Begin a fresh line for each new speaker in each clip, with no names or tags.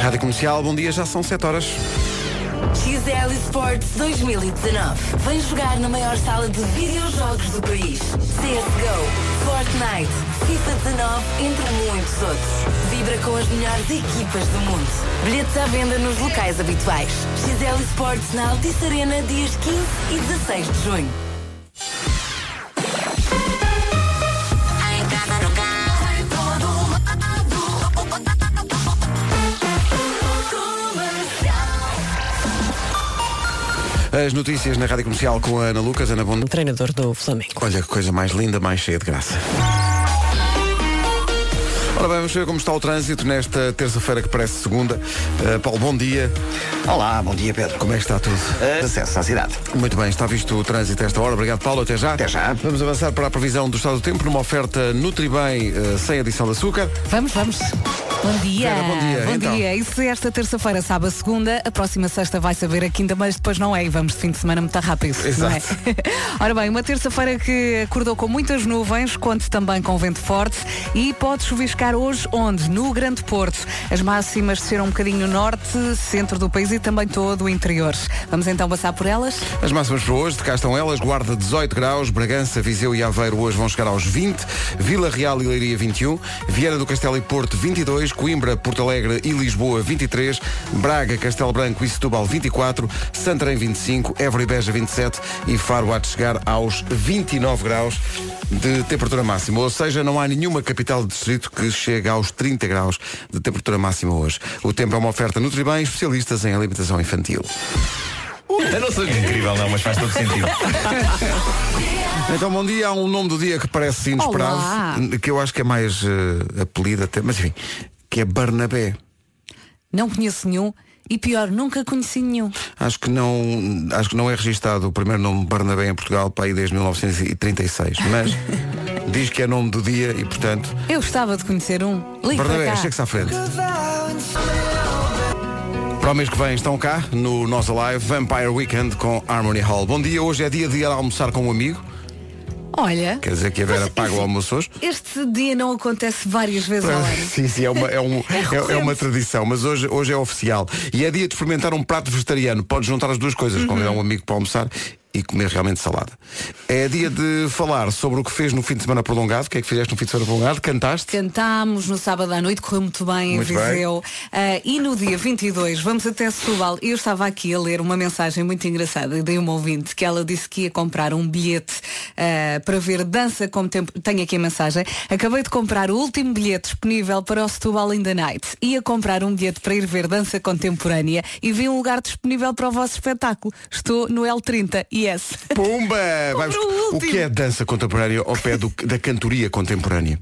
Rádio Comercial, bom dia, já são 7 horas.
XL Sports 2019. Vem jogar na maior sala de videojogos do país. CSGO, Fortnite, FIFA 19, entre muitos outros. Vibra com as melhores equipas do mundo. Bilhetes à venda nos locais habituais. XL Sports na Altice Arena, dias 15 e 16 de junho.
Em casa, no carro, em todo lado.
As notícias na Rádio Comercial com a Ana Lucas, Ana Bom.
treinador do Flamengo.
Olha que coisa mais linda, mais cheia de graça. Ora bem, vamos ver como está o trânsito nesta terça-feira que parece segunda. Uh, Paulo, bom dia.
Olá, bom dia Pedro.
Como é que está tudo?
Eh, Acesso à cidade.
Muito bem, está visto o trânsito a esta hora. Obrigado, Paulo. Até já.
Até já.
Vamos avançar para a previsão do estado do tempo numa oferta Nutribem eh, sem adição de açúcar.
Vamos, vamos. Bom dia.
Vera, bom dia, então.
dia. E se esta terça-feira sabe a segunda, a próxima sexta vai saber a quinta, mas depois não é. E vamos de fim de semana muito rápido. Não é?
Exato.
Ora bem, uma terça-feira que acordou com muitas nuvens, conte também com vento forte e pode chuviscar hoje onde? No Grande Porto. As máximas desceram um bocadinho no norte, centro do país e também todo o interior. Vamos então passar por elas?
As máximas para hoje, de cá estão elas, Guarda 18 graus, Bragança, Viseu e Aveiro hoje vão chegar aos 20, Vila Real e Leiria 21, Vieira do Castelo e Porto 22, Coimbra, Porto Alegre e Lisboa 23, Braga, Castelo Branco e Setúbal 24, Santarém 25, Évora e Beja 27 e Faro há de chegar aos 29 graus de temperatura máxima, ou seja, não há nenhuma capital de distrito que chegue aos 30 graus de temperatura máxima hoje. O tempo é uma oferta Nutribem, especialistas em alimentação infantil.
Eu não sabia. Incrível, não, mas faz todo sentido.
Então, bom dia. Há um nome do dia que parece inesperado,
Olá.
que eu acho que é mais eh, apelido até, mas enfim, que é Barnabé.
Não conheço nenhum e pior, nunca conheci nenhum.
Acho que não, acho que não é registado o primeiro nome Barnabé em Portugal para aí desde 1936, mas diz que é nome do dia e, portanto,
Eu gostava de conhecer um. Liga para
Barnabé,
cá.
chega-se à frente. Para o mês que vem estão cá no Nós Alive Vampire Weekend com Harmony Hall. Bom dia, hoje é dia de ir almoçar com um amigo.
Olha.
Quer dizer que a Vera paga o almoço hoje.
Este dia não acontece várias vezes ao ano.
Sim, sim, é uma, é um- é- é uma tradição, mas hoje, hoje é oficial. E é dia de experimentar um prato vegetariano. Podes juntar as duas coisas,
Uhum.
convidar um amigo para almoçar e comer realmente salada. É dia de falar sobre o que fez no fim de semana prolongado. O que é que fizeste no fim de semana prolongado? Cantaste?
Cantámos no sábado à noite, correu muito bem em
Muito
Viseu. Ah, e no dia 22, vamos até Setúbal. Eu estava aqui a ler uma mensagem muito engraçada de uma ouvinte que ela disse que ia comprar um bilhete ah, para ver dança como tempo. Tenho aqui a mensagem. Acabei de comprar o último bilhete disponível para o Setúbal in the Night. Ia comprar um bilhete para ir ver dança contemporânea e vi um lugar disponível para o vosso espetáculo. Estou no L30. Yes.
Pumba! Vai
Sobre o
buscar- o
último.
que é dança contemporânea ao pé do- da cantoria contemporânea?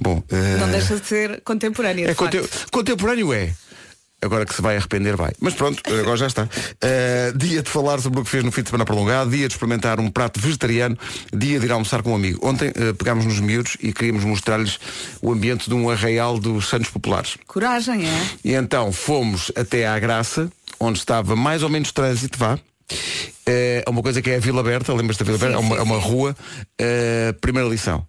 Bom, eh,
Não deixa de ser contemporânea.
É
de facto.
conte- contemporâneo é. Agora que se vai arrepender, vai. Mas pronto, agora já está. Uh, dia de falar sobre o que fez no fim de semana prolongado, dia de experimentar um prato vegetariano, dia de ir almoçar com um amigo. Ontem uh, pegámos nos miúdos e queríamos mostrar-lhes o ambiente de um arraial dos Santos Populares.
Coragem, é?
E então fomos até à Graça, onde estava mais ou menos trânsito, vá. É uma coisa que é a Vila Aberta, lembras da Vila Aberta? É uma, é uma rua. Eh, primeira lição.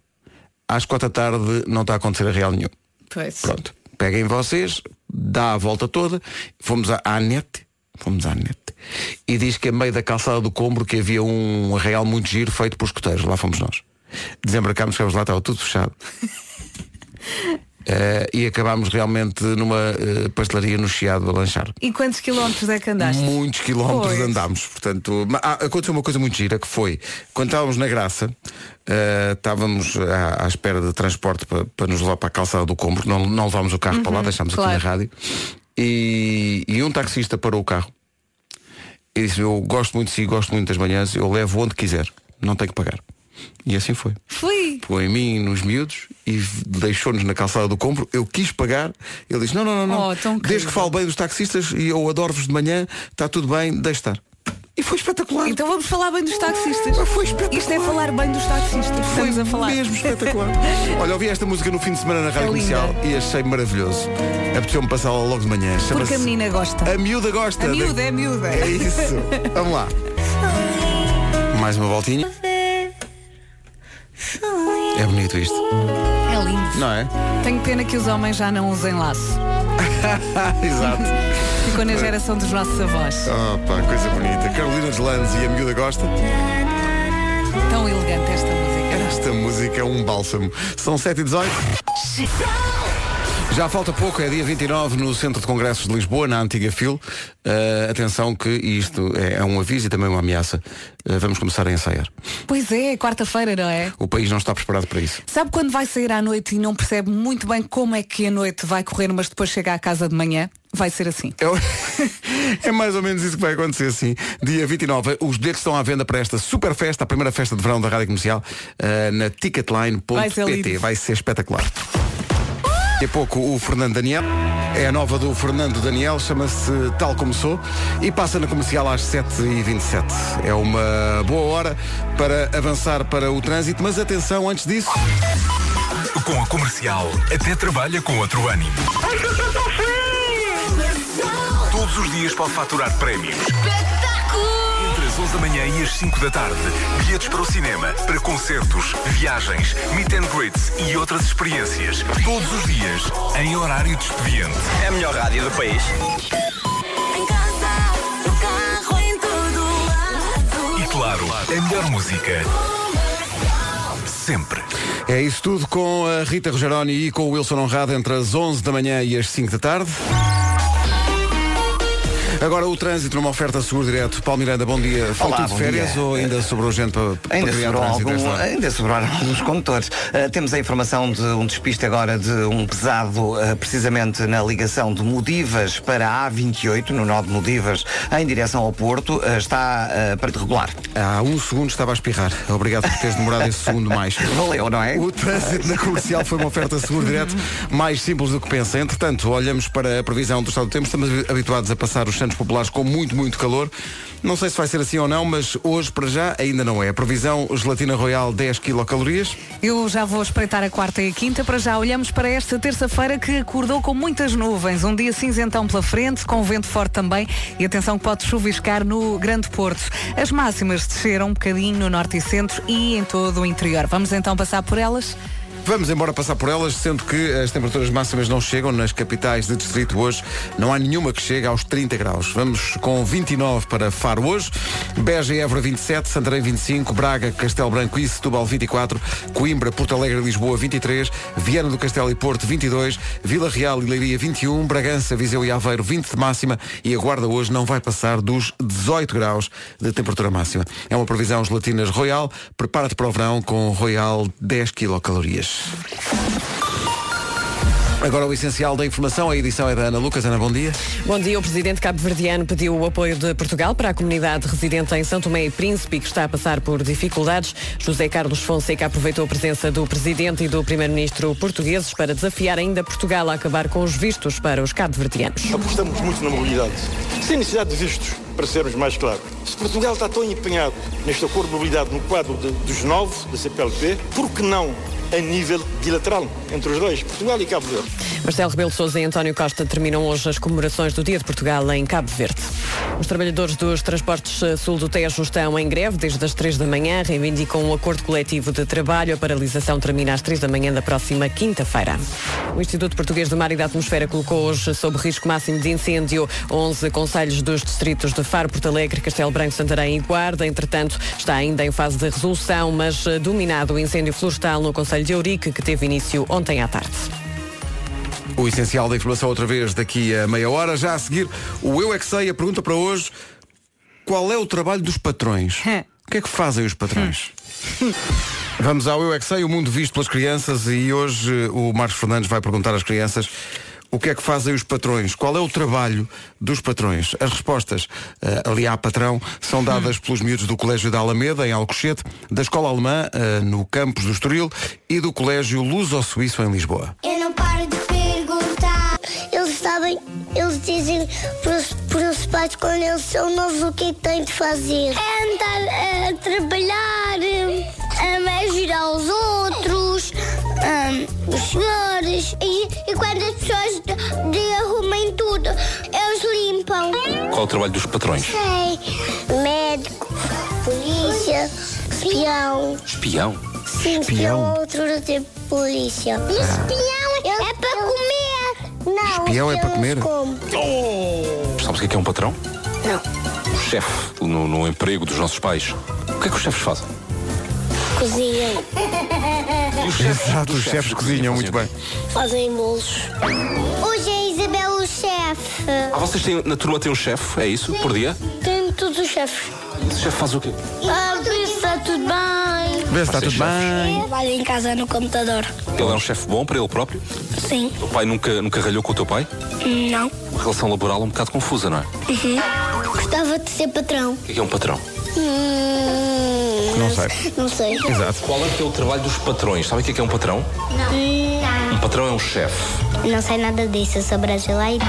Às quatro da tarde não está a acontecer arraial nenhum.
Pois.
Pronto, peguem vocês, dá a volta toda, fomos à, à net, fomos à net, e diz que a meio da calçada do Combro que havia um real muito giro feito por escuteiros, lá fomos nós. Desembarcámos, chegamos lá, estava tudo fechado. Eh, e acabámos realmente numa eh, pastelaria no Chiado a lanchar.
E quantos quilómetros é que andaste?
Muitos quilómetros
Pois.
andámos, portanto, ma- ah, aconteceu uma coisa muito gira que foi, quando estávamos na Graça, eh, estávamos à, à espera de transporte para, para nos levar para a calçada do Combro, não, não levámos o carro para lá, deixámos
Uhum, claro.
aqui na rádio, e, e um taxista parou o carro e disse, eu gosto muito de si, gosto muito das manhãs, eu levo onde quiser, não tenho que pagar. E assim foi
Fui!
pegou em mim, nos miúdos e v- deixou-nos na calçada do compro. Eu quis pagar. Ele disse: Não, não, não, não.
Oh, tão querido.
Desde que falo bem dos taxistas e eu adoro-vos de manhã, está tudo bem, deixe estar. E foi espetacular.
Então vamos falar bem dos taxistas.
Ah, foi espetacular.
Isto é falar bem dos taxistas. Estamos a falar.
mesmo espetacular. Olha, ouvi esta música no fim de semana na Rádio
linda.
Comercial e achei maravilhoso. Apeteceu-me passá-la logo de manhã.
Porque é
Chama-se
a menina gosta.
A Miúda Gosta.
A
da-
miúda, é miúda.
É isso. Vamos lá. Mais uma voltinha. É bonito isto,
É lindo.
não é?
Tenho pena que os homens já não usem laço.
Exato.
Ficou na geração dos nossos avós.
Opa, coisa bonita. Carolina de Lanz e a miúda gosta.
Tão elegante esta música.
Esta música é um bálsamo. São 7 e 18 Já falta pouco, é dia 29 no Centro de Congressos de Lisboa, na antiga FIL. Eh, atenção que isto é, é um aviso e também uma ameaça. Eh, vamos começar a ensaiar.
Pois é, quarta-feira, não é?
O país não está preparado para isso.
Sabe quando vai sair à noite e não percebe muito bem como é que a noite vai correr, mas depois chega à casa de manhã? Vai ser assim.
É, o- é mais ou menos isso que vai acontecer, sim. Dia 29, os bilhetes estão à venda para esta super festa, a primeira festa de verão da Rádio Comercial, eh, na
Vai ser
ticketline.pt.
lindo.
Vai ser espetacular. Daqui a pouco o Fernando Daniel. É a nova do Fernando Daniel, chama-se Tal Como Sou e passa na comercial às 7h27. É uma boa hora para avançar para o trânsito, mas atenção, antes disso.
Com a comercial, até trabalha com outro ânimo. Todos os dias pode faturar prémios. Entre as 11 da manhã e as 5 da tarde. Bilhetes para o cinema, para concertos, viagens, meet and greets e outras experiências. Todos os dias, em horário de expediente.
É a melhor rádio do país.
Em casa, no carro, em todo
E
lado.
claro, a melhor música. Sempre.
É isso tudo com a Rita Rogeroni e com o Wilson Honrado entre as 11 da manhã e as 5 da tarde. Agora o trânsito numa oferta seguro direto. Paulo Miranda, bom dia. Foi
Olá,
tudo de
bom
férias
dia.
ou ainda sobrou gente para, para
Ainda
criar
sobrou,
trânsito? desta
algum,
hora?
ainda sobraram alguns condutores. Ah, temos a informação de um despiste agora de um pesado, ah, precisamente na ligação de Modivas para a A28, no nó de Modivas, em direção ao Porto. Ah, está ah, para regular.
Há um segundo estava a espirrar. Obrigado por teres demorado esse segundo mais.
Valeu, não é?
O trânsito na comercial foi uma oferta seguro direto mais simples do que pensa. Entretanto, olhamos para a previsão do estado do tempo. Estamos habituados a passar os Santos Populares com muito, muito calor. Não sei se vai ser assim ou não, mas hoje, para já, ainda não é. A previsão gelatina royal 10 quilocalorias.
Eu já vou espreitar a quarta e a quinta. Para já olhamos para esta terça-feira que acordou com muitas nuvens. Um dia cinzentão pela frente, com vento forte também. E atenção que pode chuviscar no Grande Porto. As máximas desceram um bocadinho no norte e centro e em todo o interior. Vamos então passar por elas?
Vamos embora passar por elas, sendo que as temperaturas máximas não chegam nas capitais de distrito hoje. Não há nenhuma que chegue aos 30 graus. Vamos com 29 para Faro hoje, Beja e Évora 27, Santarém 25, Braga, Castelo Branco e Setúbal 24, Coimbra, Porto Alegre e Lisboa 23, Viana do Castelo e Porto 22, Vila Real e Leiria 21, Bragança, Viseu e Aveiro 20 de máxima e a Guarda hoje não vai passar dos 18 graus de temperatura máxima. É uma previsão gelatinas Royal. Prepara-te para o verão com Royal 10 quilocalorias. Agora o essencial da informação, a edição é da Ana Lucas. Ana, bom dia.
Bom dia. O presidente cabo-verdiano pediu o apoio de Portugal para a comunidade residente em São Tomé e Príncipe, que está a passar por dificuldades. José Carlos Fonseca aproveitou a presença do presidente e do primeiro-ministro portugueses para desafiar ainda Portugal a acabar com os vistos para os cabo-verdianos.
Apostamos muito na mobilidade, sem necessidade de vistos, para sermos mais claros. Se Portugal está tão empenhado neste acordo de mobilidade no quadro de- dos nove da CPLP, por que não a nível bilateral entre os dois, Portugal e Cabo Verde?
Marcelo Rebelo de Sousa e António Costa terminam hoje as comemorações do Dia de Portugal em Cabo Verde. Os trabalhadores dos transportes eh, sul do Tejo estão em greve desde as 3 da manhã, reivindicam um acordo coletivo de trabalho. A paralisação termina às 3 da manhã da próxima quinta-feira. O Instituto Português do Mar e da Atmosfera colocou hoje sob risco máximo de incêndio 11 conselhos dos distritos de Faro, Porto Alegre, Castelo Branco, Santarém e Guarda. Entretanto, está ainda em fase de resolução, mas eh, dominado o incêndio florestal no Conselho de Ourique, que teve início ontem à tarde.
O essencial da informação outra vez daqui a meia hora. Já a seguir, o Eu é que sei, a pergunta para hoje, qual é o trabalho dos patrões? O que é que fazem os patrões? Vamos ao Eu é que sei, o mundo visto pelas crianças e hoje eh, o Marcos Fernandes vai perguntar às crianças o que é que fazem os patrões? Qual é o trabalho dos patrões? As respostas eh, ali à patrão são dadas pelos miúdos do Colégio da Alameda, em Alcochete, da Escola Alemã, eh, no campus do Estoril, e do Colégio Luso-Suíço, em Lisboa.
Eu não paro de perguntar. Eles sabem, eles dizem pros, pros pais quando eles são novos o que têm de fazer. É andar a trabalhar, a ajudar aos outros, hum, os senhores. E, quando as pessoas derrumem tudo, eles limpam.
Qual o trabalho dos patrões?
Sei. Médico, polícia, espião.
Espião.
Ah.
Sim, espião, outro tipo polícia. Espião é, para É comer. Oh. Não,
Espião é para
eu
comer?
não como.
Sabes o que é, que é um patrão?
Não.
Chefe no, no emprego dos nossos pais. O que é que os chefes fazem?
Cozinham.
E os chefes,
Exato, os chefes cozinham muito bem.
Fazem bolos. Hoje é Isabel o chefe.
Ah, vocês têm, na turma têm um chefe, é isso? Por dia?
Tem todos os chefes.
Esse chefe faz o quê?
Ah, está tudo bem.
Vê se está tudo
Vocês
bem.
Trabalho em casa no computador.
Ele é um chefe bom para ele próprio?
Sim.
O pai nunca, nunca ralhou com o teu pai?
Não. Uhum.
A relação laboral é um bocado confusa, não é? O
Gostava de ser patrão.
que é que é um patrão?
Hum,
Não
s-
sei.
Não sei.
Exato.
Qual é que é o trabalho dos patrões? Sabem o que é que é um patrão?
Não.
Um patrão é um chefe.
Não sei nada disso, eu sou brasileira.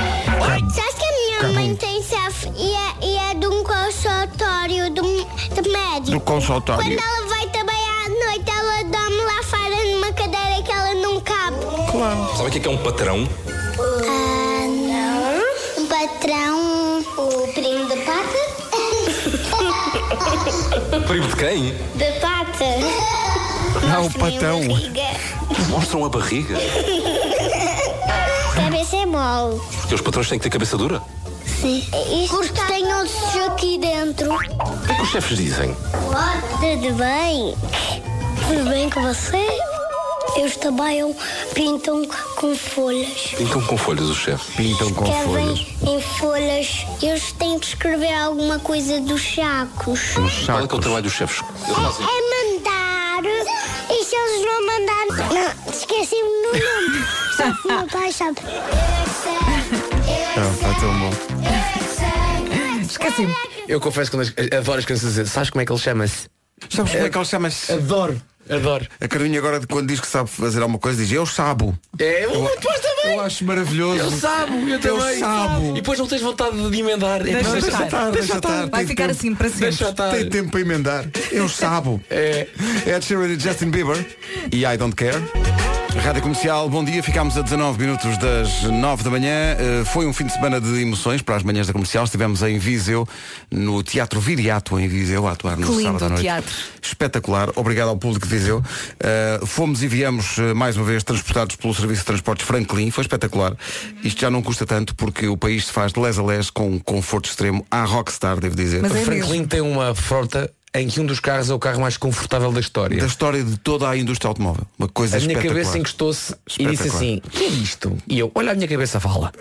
Sabes que a minha mãe tem chefe e é, e é de um consultório de, um- de médico.
Do
Quando
consultório.
ela vai trabalhar à noite, ela dorme lá fora numa cadeira que ela não cabe.
Sabem o que é que é um patrão?
Ah, não. Um patrão, o primo da pata?
Primo de quem?
da pata.
Ah, o patão.
Mostram a barriga.
Cabeça é mole.
Porque os patrões têm que ter cabeça dura.
Sim. Porque tem ossos aqui dentro.
O que é que os chefes dizem?
Tudo bem? Tudo bem com você? Eles trabalham, pintam com folhas.
Pintam com folhas os chefes.
Pintam com
Escrevem
folhas.
em folhas. Eles têm que escrever alguma coisa dos sacos.
Qual é que é o trabalho dos chefes? Eles fazem-
É mandar. E se eles não mandarem. Não, esqueci-me do nome. Sabe, meu pai sabe.
Ah, está tão bom.
Esqueci-me.
Eu confesso que quando as- adoro as crianças dizer, sabes como é que ele chama-se?
Sabes como é que ele chama-se?
Adoro, adoro.
A Carolina agora de quando diz que sabe fazer alguma coisa diz eu sabo.
É, eu, depois também.
Eu acho maravilhoso.
Eu sabo, eu
Eu
também.
sabo.
E depois não tens vontade de emendar. É,
Deixa
não,
estar,
deixa
deixa
estar.
estar.
Vai
Tem
ficar
tempo.
assim para
Deixa
sempre.
estar.
Tem tempo para emendar. Eu sabo.
É.
Ed Sheeran e Justin Bieber e I Don't Care. Rádio Comercial, bom dia. Ficámos a 19 minutos das 9 da manhã. Eh, foi um fim de semana de emoções para as manhãs da comercial. Estivemos em Viseu, no Teatro Viriato, em Viseu, a atuar no
Que lindo
sábado à noite.
teatro.
Espetacular. Obrigado ao público de Viseu. Eh, fomos e viemos, eh, mais uma vez, transportados pelo Serviço de Transportes Franklin. Foi espetacular. Isto já não custa tanto porque o país se faz de les a les com um conforto extremo à rockstar, devo dizer.
Mas é mesmo.
Franklin tem uma frota em que um dos carros é o carro mais confortável da história.
da história de toda a indústria automóvel. Uma coisa
A minha
espetacular.
cabeça encostou-se e disse
Espetacular.
assim, que é isto? E eu, olha a minha cabeça fala.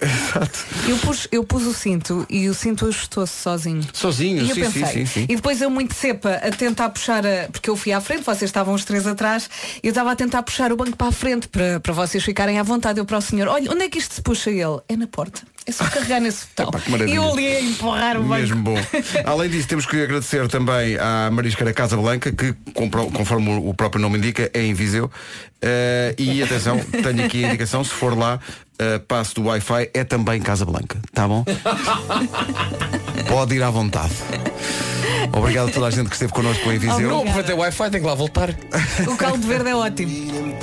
Eu pus, eu pus o cinto e o cinto ajustou-se sozinho.
Sozinho,
E eu
sim,
pensei.
sim, sim, sim.
E depois eu muito cepa a tentar puxar a, porque eu fui à frente, vocês estavam os três atrás, e eu estava a tentar puxar o banco para a frente para, para vocês ficarem à vontade. Eu para o senhor, olha, onde é que isto se puxa E ele? É na porta. É só carregar nesse botão.
Epá, que
e
maravilha.
eu ali a empurrar o um banco.
Mesmo bom. Além disso, temos que agradecer também à Marisqueira Casa Blanca, que, compro- conforme o- o próprio nome indica, é em Viseu. Eh, e atenção, tenho aqui a indicação, se for lá, eh, passo do Wi-Fi é também Casa Blanca, tá bom? Pode ir à vontade. Obrigado a toda a gente que esteve connosco em Viseu.
Não aproveitei o Wi-Fi, tenho que lá voltar.
O caldo verde é ótimo.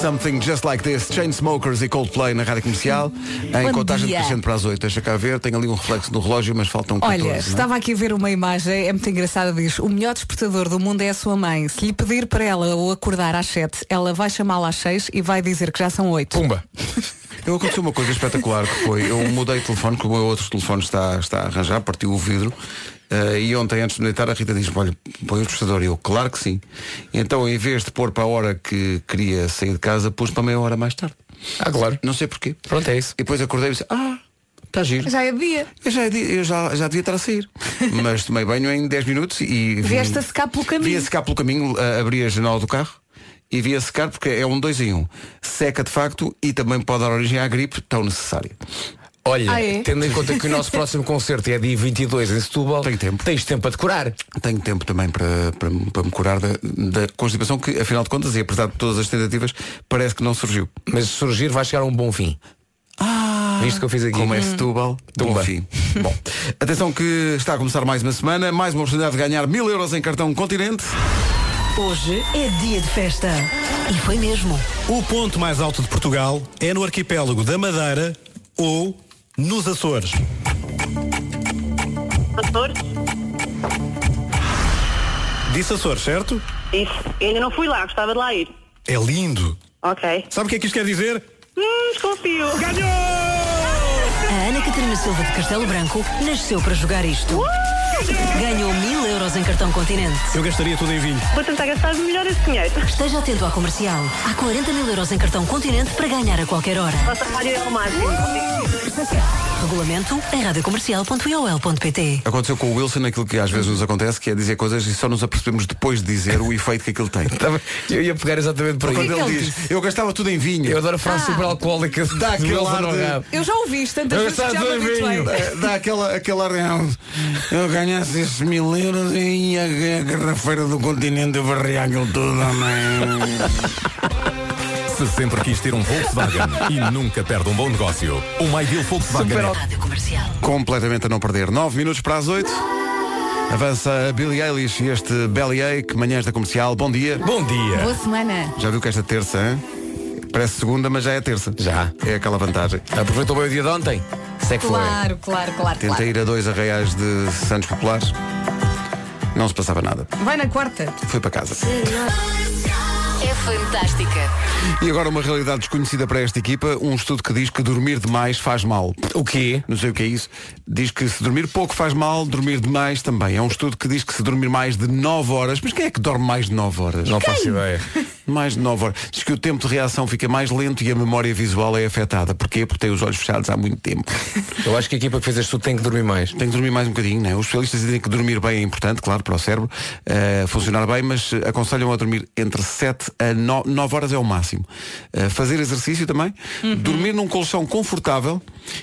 Something Just Like This, Chainsmokers e Coldplay na Rádio Comercial. Em
Bom
contagem
dia.
decrescente para as 8. Deixa cá ver, tem ali um reflexo no relógio, mas faltam 14.
Olha,
não é?
estava aqui a ver uma imagem, é muito engraçada, diz O melhor despertador do mundo é a sua mãe Se lhe pedir para ela ou acordar às sete Ela vai chamá-la às seis e vai dizer que já são oito
Pumba.
Eu aconteceu uma coisa espetacular que foi, eu mudei de telefone, que o meu outro telefone está, está a arranjar, partiu o vidro. eh, e ontem, antes de me deitar, a Rita disse olha, põe o despertador. E eu, claro que sim. Então, em vez de pôr para a hora que queria sair de casa, pus para meia hora mais tarde.
Ah, claro.
Não sei porquê.
Pronto, é isso.
E depois acordei e disse, ah, está giro.
Já é dia
Eu já, eu já, já devia estar a sair. Mas tomei banho em 10 minutos e. vi-
Vieste a secar pelo caminho.
Vi a secar pelo caminho, a- abri a janela do carro e vi a secar porque é um dois em um. Seca de facto e também pode dar origem à gripe tão necessária.
Olha,
Ah, é?
tendo em conta que o nosso próximo concerto é dia 22 em Setúbal,
Tenho tempo.
tens tempo a decorar.
Tenho tempo também para, para, me- para me curar da, da constipação que, afinal de contas, e apesar de todas as tentativas, parece que não surgiu.
Mas se surgir vai chegar a um bom fim. Ah, Visto que eu fiz aqui.
Como é
Hum.
Setúbal, bom
Tumba.
fim. Bom, atenção que está a começar mais uma semana, mais uma oportunidade de ganhar mil euros em cartão continente.
Hoje é dia de festa. E foi mesmo.
O ponto mais alto de Portugal é no arquipélago da Madeira ou nos Açores.
Açores?
Disse Açores, certo?
Isso. Eu ainda não fui lá, gostava de lá ir.
É lindo.
Ok.
Sabe o que é que isto quer dizer?
Hum,
desconfio.
A Ana Catarina Silva de Castelo Branco nasceu para jogar isto. Ganhou mil euros em cartão continente.
Eu gastaria tudo em vinho.
Vou tentar gastar melhor esse dinheiro. Esteja atento à comercial. Há 40 mil euros em cartão continente para ganhar a qualquer hora.
Nossa rádio é o máximo.
Regulamento em radiocomercial.iol.pt
Aconteceu com o Wilson aquilo que às vezes nos acontece, que é dizer coisas e só nos apercebemos depois de dizer o efeito que aquilo tem.
Tá Eu ia pegar exatamente por aí.
Quando
O que é
ele
que ele
diz, eu gastava tudo em vinho. Eu
adoro a frase
Ah.
super alcoólica. Dá
aquele
aquele
ar de-
ar
Eu já ouvi isto tantas vezes que já me habituei.
Eh, Dá aquela, aquela ar de, "Ah, Eu ganhasse esses mil euros e a, a garrafeira do continente eu varria aquilo tudo, amém.
Se sempre quis ter um Volkswagen e nunca perde um bom negócio, o My Deal Volkswagen é
Rádio Comercial.
Completamente a não perder. 9 minutos para as 8. Avança a Billie Eilish e este Belly Ache, manhãs da comercial. Bom dia. Bom dia.
Boa semana.
Já viu que esta terça, hein? Parece segunda, mas já é terça. Já. É aquela vantagem. Aproveitou bem o dia de ontem.
é
Se
Claro, claro, claro,
Tentei
claro.
ir a dois arraiais de Santos Populares. Não se passava nada.
Vai na quarta.
Foi para casa.
É fantástica.
E agora uma realidade desconhecida para esta equipa, um estudo que diz que dormir demais faz mal. O quê? Não sei o que é isso. Diz que se dormir pouco faz mal, dormir demais também. É um estudo que diz que se dormir mais de 9 horas, mas quem é que dorme mais de 9 horas?
Não faço ideia.
Mais de 9 horas. Diz que o tempo de reação fica mais lento e a memória visual é afetada. Porquê? Porque tem os olhos fechados há muito tempo.
Eu acho que a equipa que fez este estudo tem que dormir mais.
Tem que dormir mais um bocadinho, né? Os especialistas dizem que dormir bem é importante, claro, para o cérebro eh, funcionar bem, mas eh, aconselham a dormir entre 7 a 9, horas é o máximo. Eh, fazer exercício também, dormir num colchão confortável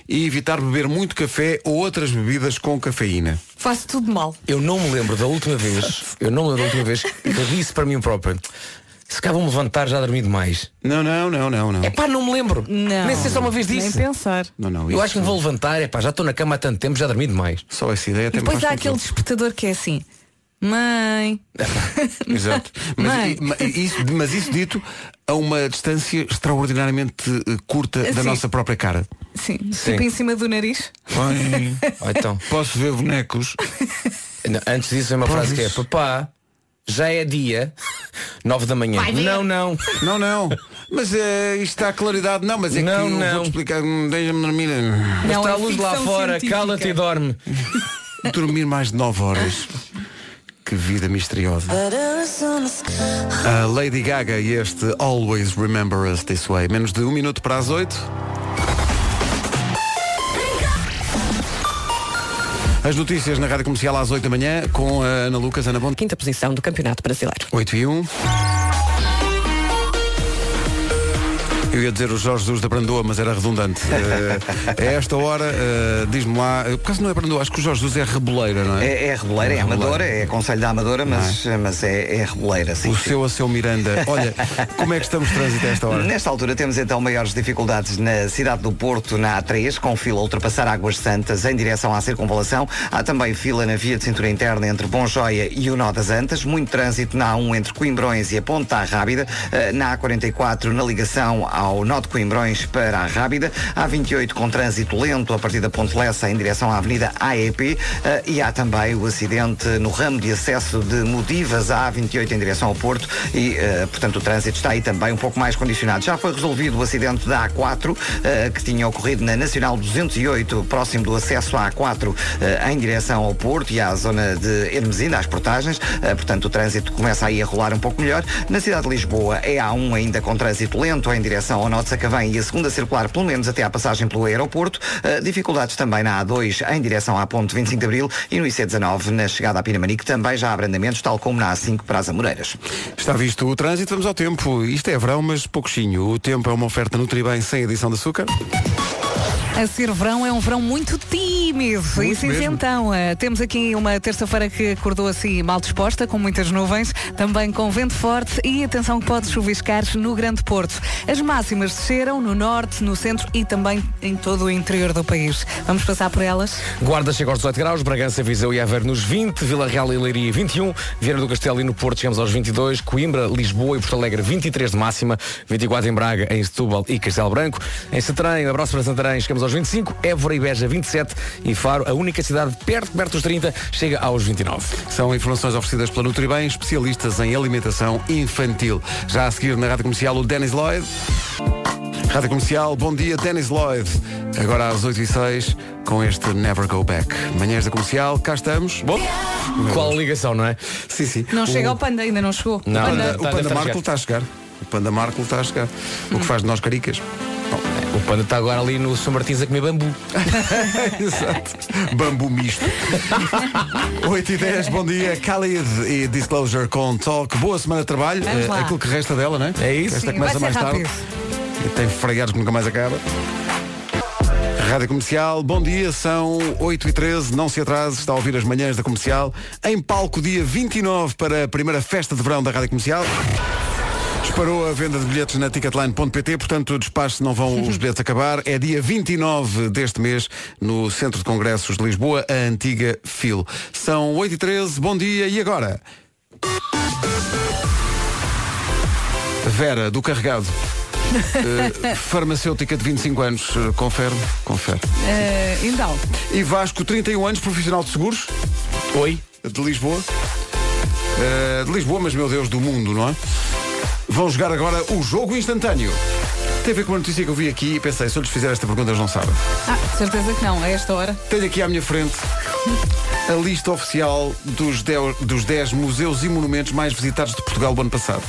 e evitar beber muito café ou outras bebidas com cafeína.
Faço tudo mal.
Eu não me lembro da última vez, eu não me lembro da última vez que eu disse para mim próprio, se cá vou-me levantar já dormi demais.
Não, não, não, não, não.
É pá, não me lembro.
Não.
Nem sei se é uma vez
Nem
disse.
pensar.
Não, não,
eu acho que me vou levantar, é pá, já estou na cama há tanto tempo, já dormi demais.
Só essa ideia
E depois há aquele despertador que é assim. Mãe.
Exato. Mas,
Mãe.
i- ma- isso, mas isso dito a uma distância extraordinariamente eh, curta da
Sim.
nossa própria cara.
Sim,
Sim.
tipo em cima do nariz.
Ai,
então.
Posso ver bonecos?
antes disso é uma frase que é, papá, já é dia, 9 da manhã.
Vai ver.
Não, não.
Não, não. Mas eh, isto está a claridade, não, mas é
Não,
que eu
não.
vou-te explicar, hum, deixa-me dormir.
Mas Não, está a é luz lá ficção fora, científica. cala-te e dorme.
dormir mais de 9 horas. Que vida misteriosa. A Lady Gaga e este Always Remember Us This Way. Menos de um minuto para as 8. As notícias na Rádio Comercial às 8 da manhã com a Ana Lucas, Ana Bond.
Quinta posição do Campeonato Brasileiro.
8 e 1. Eu ia dizer o Jorge Jesus da Brandoa, mas era redundante. Eh, a esta hora, eh, diz-me lá, eh, por acaso não é Brandoa, acho que o Jorge Jesus é reboleira, não é?
É, é reboleira, é amadora, é conselho da amadora, mas, mas é, é reboleira, sim.
O seu a seu Miranda. Olha, como é que estamos de trânsito a esta hora?
Nesta altura temos então maiores dificuldades na cidade do Porto, na A3, com fila a ultrapassar Águas Santas em direção à circunvalação. Há também fila na via de cintura interna entre Bonjoia e o Nó das Antas. Muito trânsito na A1 entre Coimbrões e a Ponta à Rábida. Eh, Na A44, na ligação ao Nó de Coimbrões para a Rábida. A28 com trânsito lento a partir da Ponte Lessa em direção à Avenida AEP. Eh, E há também o acidente no ramo de acesso de Modivas à A28 em direção ao Porto. E, eh, portanto, o trânsito está aí também um pouco mais condicionado. Já foi resolvido o acidente da A4, eh, que tinha ocorrido na Nacional 208, próximo do acesso à A4, eh, em direção ao Porto e à zona de Hermesinda, às portagens. Eh, portanto, o trânsito começa aí a rolar um pouco melhor. Na cidade de Lisboa, é A1 ainda com trânsito lento em direção ao Norte de Sacavém e a segunda circular, pelo menos até à passagem pelo aeroporto. Eh, dificuldades também na A2 em direção à ponte 25 de Abril e no IC19, na chegada à Pinamanique, também já há abrandamentos, tal como na A5 para as Amoreiras.
Está visto o trânsito, vamos ao tempo. Isto é verão, mas pouquinho. O tempo é uma oferta Nutribem sem adição de açúcar.
A ser verão é um verão muito tímido. e sim,
mesmo.
então, eh, temos aqui uma terça-feira que acordou assim mal disposta, com muitas nuvens, também com vento forte e atenção que pode chuviscar no Grande Porto. As máximas desceram no norte, no centro e também em todo o interior do país. Vamos passar por elas?
Guarda chega aos 18 graus, Bragança, Viseu e Aveiro nos 20, Vila Real e Leiria 21, Vieira do Castelo e no Porto chegamos aos 22, Coimbra, Lisboa e Porto Alegre 23 de máxima, 24 em Braga, em Setúbal e Castelo Branco, em Santarém, na próxima Santarém chegamos aos 25, Évora e Beja 27 e Faro, a única cidade perto, perto dos 30, chega aos 29.
São informações oferecidas pela Nutribem, especialistas em alimentação infantil. Já a seguir na Rádio Comercial, o Dennis Lloyd. Rádio Comercial, bom dia, Dennis Lloyd. Agora às 8 e 06 com este Never Go Back. Manhãs da Comercial, cá estamos. Bom.
Qual ligação, não é?
Sim, sim.
Não
O-
chega ao panda, ainda não chegou.
o
O
Panda,
tá
Panda-
o Panda Marco está a chegar. O Panda Marco está a chegar. O que faz de nós caricas?
O Panda está agora ali no São Martins a comer bambu.
Exato. Bambu misto. 8 e 10, bom dia. Khalid e Disclosure com Talk. Boa semana de trabalho.
Vamos
Eh,
lá.
aquilo que resta dela, não é? É
isso.
Esta
Sim,
começa
vai
mais
ser
tarde. E tem fregados que nunca mais acaba. Rádio Comercial, bom dia, são 8 e 13 não se atrase, está a ouvir as manhãs da Comercial, em palco dia 29 para a primeira festa de verão da Rádio Comercial. Disparou a venda de bilhetes na ticketline.pt, portanto, despache não vão os bilhetes acabar. É dia 29 deste mês, no Centro de Congressos de Lisboa, a antiga FIL. São 8 e 13 bom dia e agora? Vera, do Carregado, eh, farmacêutica de 25 anos, eh, confere, confere.
Eh, então,
E Vasco, 31 anos, profissional de seguros.
Oi.
De Lisboa. Eh, de Lisboa, mas meu Deus, do mundo, não é? Vão jogar agora o jogo instantâneo. Tem a ver com uma notícia que eu vi aqui e pensei, se eu lhes fizer esta pergunta, eles não sabem.
ah, certeza que não, a esta hora.
Tenho aqui à minha frente a lista oficial dos 10, dos 10 museus e monumentos mais visitados de Portugal do ano passado.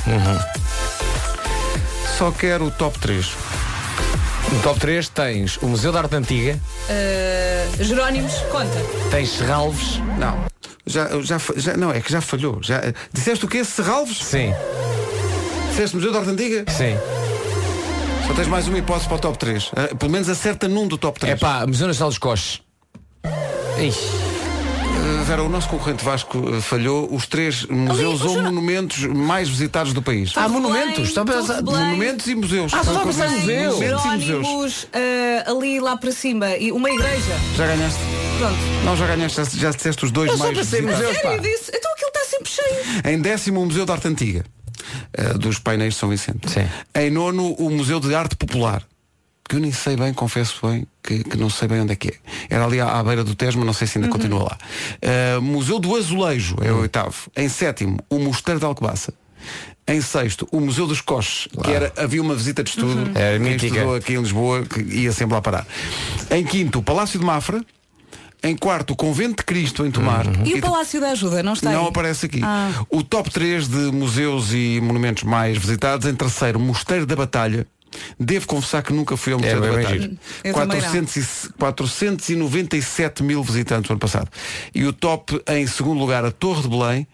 Só quero o top 3.
No top 3 tens o Museu da Arte Antiga,
Eh, Jerónimos, conta.
tens Serralves.
Não. Já, já, fa- já- não, é que já falhou. Já, disseste o quê? Serralves?
Sim.
Disseste Museu da Arte Antiga?
Sim.
Só tens mais uma hipótese para o top 3. pelo menos acerta num do top 3.
É pá, Museu Nacional dos Coches.
Eh, Vera, o nosso concorrente Vasco eh, falhou os três museus ou monumentos mais visitados do país.
Há monumentos, está a pensar-
Então, Monumentos e museus.
Ah,
Foi
só
o que eu
pensar em
disse.
museus.
Monumentos e museus.
Jerónimos, eh, ali lá para cima, e uma igreja.
Já ganhaste?
Pronto.
Não, já ganhaste, já, já disseste os dois mais visitados.
é
Sério, eu disse, então aquilo está sempre cheio.
Em décimo, o Museu da Arte Antiga, eh, dos painéis de São Vicente. Em nono, o Museu de Arte Popular, que eu nem sei bem, confesso bem, que, que não sei bem onde é que é. Era ali à, à beira do Tesma, não sei se ainda
Uhum.
continua lá. Eh, Museu do Azulejo, é o oitavo. Em sétimo, o Mosteiro de Alcobaça. Em sexto, o Museu dos Coches, que era, havia uma visita de estudo,
Uhum. Era
quem
mítica.
estudou aqui em Lisboa, que ia sempre lá parar. Em quinto, o Palácio de Mafra. Em quarto, o Convento de Cristo, em Tomar.
Uhum.
E o
de-
Palácio da Ajuda, não está
Hum. não
aí?
aparece aqui.
Ah.
O top 3 de museus e monumentos mais visitados. Em terceiro, Mosteiro da Batalha. Devo confessar que nunca fui ao Mosteiro
É,
da
bem
Batalha.
giro. Eu também não.
400 e- 497 mil visitantes no ano passado. E o top, em segundo lugar, a Torre de Belém.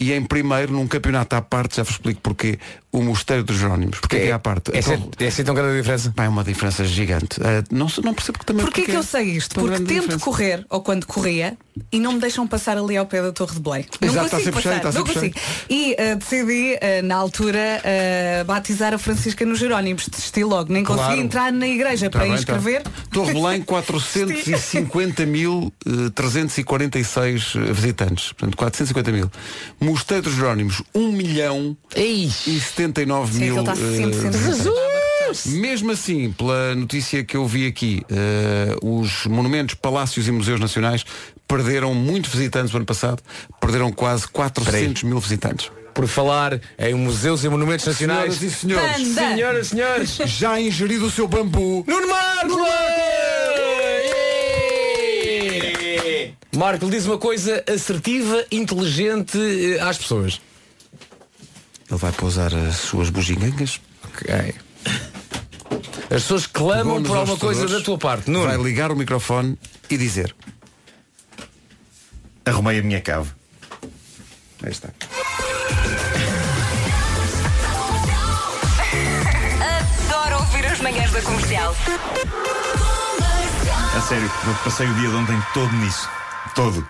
E em primeiro, num campeonato à parte, já vos explico porquê, o Mosteiro dos Jerónimos. Porquê que é à parte?
É
A
assim,
Torre-
é assim tão grande a diferença?
Pá, é uma diferença gigante. Ah, não, se- não percebo que também
Porquê
porque
que eu sei isto?
Uma
Porque
grande
tento correr, ou quando corria, e não me deixam passar ali ao pé da Torre de Belém. Não
Exato, está
consigo
sempre cheio,
passar,
está
não
sempre
consigo. E eh, decidi, eh, na altura, eh, batizar a Francisca nos Jerónimos. Desisti logo, nem
Claro.
consegui entrar na igreja
Tá
para
bem,
inscrever.
tá. Torre Belém, eh, 450.346 eh, visitantes. Portanto, 450 mil. Mosteiro dos Jerónimos, 1 milhão e 79
Sim,
mil.
aquilo está
eh,
sempre, sempre, sempre.
visitantes. Mesmo assim, pela notícia que eu vi aqui, eh, os monumentos, palácios e museus nacionais perderam muitos visitantes no ano passado, perderam quase 400 mil visitantes.
Por falar em museus e monumentos nacionais.
Senhoras e senhores,
Senhoras e senhores,
já ingerido o seu bambu.
Nuno Marco! Marco, diz uma coisa assertiva, inteligente eh, às pessoas.
Ele vai pousar as suas bugigangas. Ok.
As pessoas clamam
Pegou-nos
por alguma
aos
coisa da
tutores,
tua parte. Nuno.
Vai ligar o microfone e dizer.
Arrumei a minha cave.
Aí está.
Adoro ouvir as manhãs da comercial.
A sério, eu passei o dia de ontem todo nisso. Todo.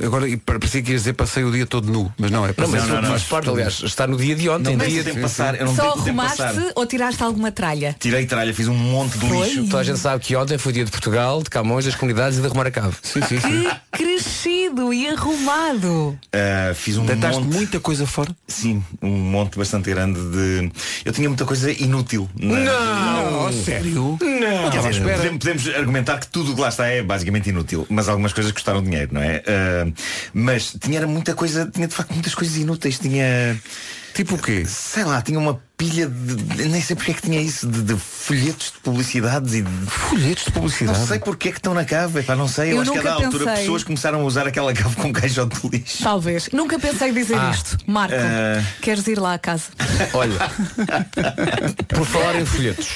Agora e pa- parecia que ias dizer passei o dia todo nu, mas não é
Não, mas
passei
não,
o
não,
dia
faz
todo
parte,
nu.
aliás, está no dia de ontem.
Não, mas
dia
tem
de...
que passar, eu não
Só
tenho tempo passar.
arrumaste ou tiraste alguma tralha?
Tirei tralha, fiz um monte de lixo.
Toda a gente sabe que ontem foi dia de Portugal, de Camões, das comunidades e de arrumar a cabo.
Sim, sim,
Que crescido e arrumado.
Ah, fiz um
Deitaste
monte,
muita coisa fora?
Sim, um monte bastante grande de. Eu tinha muita coisa inútil. na-
Não, sério?
Quer
Não,
dizer,
espera.
podemos, podemos argumentar que tudo o que lá está é basicamente inútil, mas algumas coisas custaram dinheiro, não é? Ah, mas tinha era muita coisa, tinha de facto muitas coisas inúteis. Tinha
Tipo o quê?
Sei lá, tinha uma pilha de. de- nem sei porque é que tinha isso, de, de folhetos de publicidades e de.
Folhetos de publicidade?
Não sei porque é que estão na cave, epá, não sei. Eu,
Eu
acho que a
nunca
dada altura
pensei.
pessoas começaram a usar aquela cave com um caixote de lixo.
Talvez. Nunca pensei dizer
Ah,
isto. Marco,
eh,
queres ir lá à casa?
Olha, por falar em folhetos.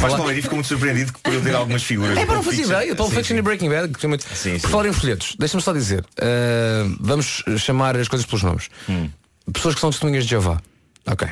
Faz falar e fico muito surpreendido por eu ter algumas figuras.
É para não
Pulp
fazer
Fiction.
ideia. Pulp
Sim,
Fiction e Breaking Bad. que realmente- Por falar em folhetos, deixa-me só dizer. eh, vamos chamar as coisas pelos nomes. Pessoas que são testemunhas de Jeová. Ok.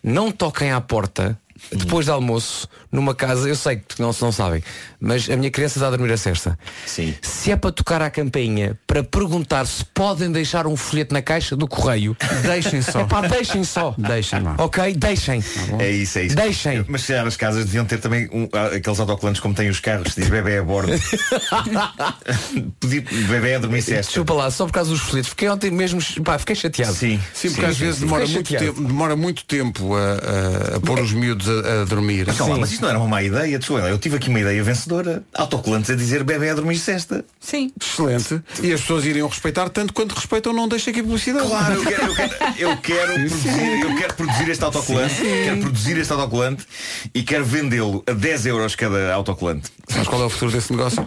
Não toquem à porta depois de almoço numa casa. Eu sei que não, não sabem, mas a minha criança está a dormir a cesta. Sim. Se é para tocar à campainha para perguntar se podem deixar um folheto na caixa do correio,
Deixem só.
É pá, deixem só.
Deixem, vá.
Ok, deixem.
É isso, é isso. Deixem. Mas se calhar as casas deviam ter também um- ah, aqueles autocolantes como têm os carros, diz bebê a bordo. Pedi- bebê a dormir cesta.
Desculpa lá, só por causa dos folhetos. Fiquei ontem mesmo, pá, fiquei chateado. Sim,
Sim, porque às vezes demora muito, tempo, demora muito tempo a, a- a pôr os miúdos a, a dormir.
Mas, calma, mas isto não era uma má ideia, desculpa. lá, Eu tive aqui uma ideia vencedora. Autocolantes a dizer bebê a dormir cesta.
Sim.
Excelente. E as pessoas iriam respeitar tanto quanto respeitam, não deixa aqui publicidade.
Claro, eu quero, eu quero, eu quero produzir, eu quero produzir este autocolante,
Sim, sim.
quero produzir este autocolante e quero vendê-lo a 10 euros cada autocolante.
Sabes qual é o futuro desse negócio?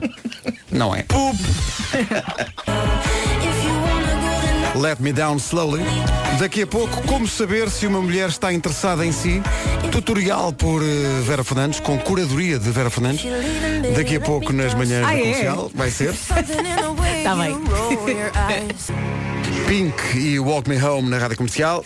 Não é. Let Me Down Slowly. Daqui a pouco, como saber se uma mulher está interessada em si. Tutorial por eh, Vera Fernandes, com curadoria de Vera Fernandes. Daqui a pouco, nas manhãs
Ah,
da
é? Tá
comercial, vai ser.
Está bem.
Pink e Walk Me Home na Rádio Comercial.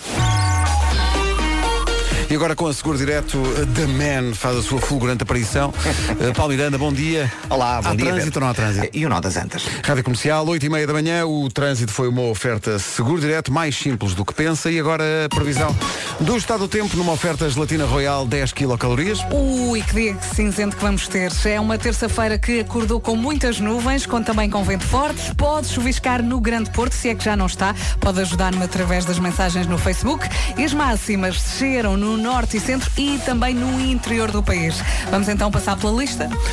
E agora com a Seguro Direto, eh, The Man faz a sua fulgurante aparição. Eh, Paulo Miranda, bom dia.
Olá, bom
há
dia,
trânsito
Pedro. Eh,
ou não há trânsito?
E o Nó das Antas.
Rádio Comercial, 8 e meia da manhã, o trânsito foi uma oferta seguro direto, mais simples do que pensa. E agora a previsão do estado do tempo numa oferta gelatina royal 10 quilocalorias.
Ui, que dia cinzento que vamos ter. É uma terça-feira que acordou com muitas nuvens, com também com vento forte. Pode chuviscar no Grande Porto, se é que já não está. Pode ajudar-me através das mensagens no Facebook. E as máximas desceram no norte e centro e também no interior do país. Vamos então passar pela lista.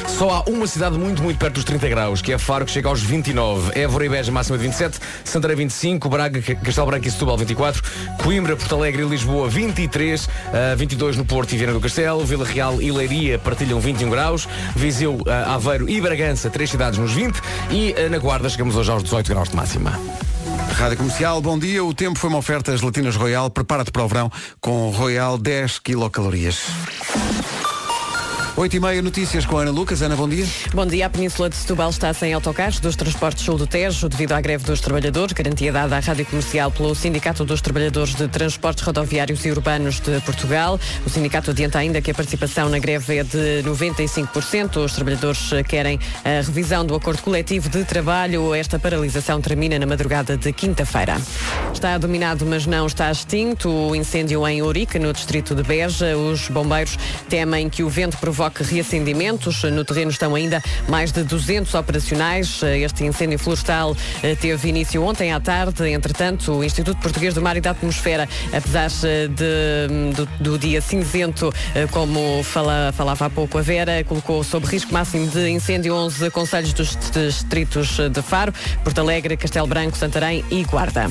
Só há uma cidade muito, muito perto dos 30 graus, que é Faro, que chega aos 29. Évora e Beja, máxima de 27. Santarém, 25. Braga, Castelo Branco e Setúbal, 24. Coimbra, Porto Alegre e Lisboa, 23. Ah, 22 no Porto e Viana do Castelo. Vila Real e Leiria partilham 21 graus. Viseu, ah, Aveiro e Bragança, três cidades nos 20. E ah, na Guarda chegamos hoje aos 18 graus de máxima.
Rádio Comercial, bom dia. O tempo foi uma oferta gelatinas royal. Prepara-te para o verão com royal 10 quilocalorias. 8 e meia, notícias com a Ana Lucas. Ana, bom dia.
Bom dia, a Península de Setúbal está sem autocarros dos transportes sul do Tejo devido à greve dos trabalhadores, garantia dada à Rádio Comercial pelo Sindicato dos Trabalhadores de Transportes Rodoviários e Urbanos de Portugal. O sindicato adianta ainda que a participação na greve é de 95%. Os trabalhadores eh, querem a revisão do acordo coletivo de trabalho. Esta paralisação termina na madrugada de quinta-feira. Está dominado, mas não está extinto, o incêndio em Ourique, no distrito de Beja. Os bombeiros temem que o vento provoque reacendimentos. No terreno estão ainda mais de 200 operacionais. Este incêndio florestal eh, teve início ontem à tarde. Entretanto, o Instituto Português do Mar e da Atmosfera, apesar eh, de- do, do dia cinzento, eh, como fala- falava há pouco a Vera, colocou sob risco máximo de incêndio 11 conselhos dos distritos de Faro, Porto Alegre, Castelo Branco, Santarém e Guarda.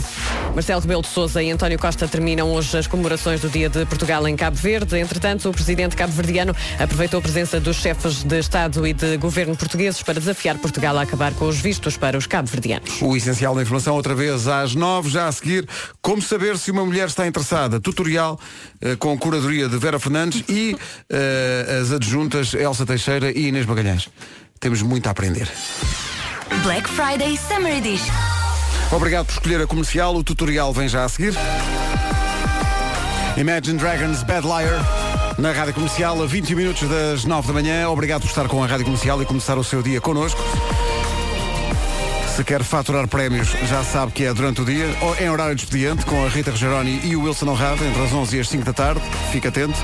Marcelo Rebelo de Sousa e António Costa terminam hoje as comemorações do Dia de Portugal em Cabo Verde. Entretanto, o presidente cabo-verdiano aproveitou a presença dos chefes de Estado e de governo portugueses para desafiar Portugal a acabar com os vistos para os cabo-verdianos.
O essencial da informação outra vez às nove, já a seguir, como saber se uma mulher está interessada. Tutorial eh, com curadoria de Vera Fernandes e eh, as adjuntas Elsa Teixeira e Inês Magalhães. Temos muito a aprender.
Black Friday Summer Edition.
Obrigado por escolher a comercial. O tutorial vem já a seguir. Imagine Dragons Bad Liar. Na Rádio Comercial, a 20 minutos das 9 da manhã. Obrigado por estar com a Rádio Comercial e começar o seu dia connosco. Se quer faturar prémios, já sabe que é durante o dia, ou em horário de expediente, com a Rita Rogeroni e o Wilson Honrado, entre as 11 e as 5 da tarde. Fique atento.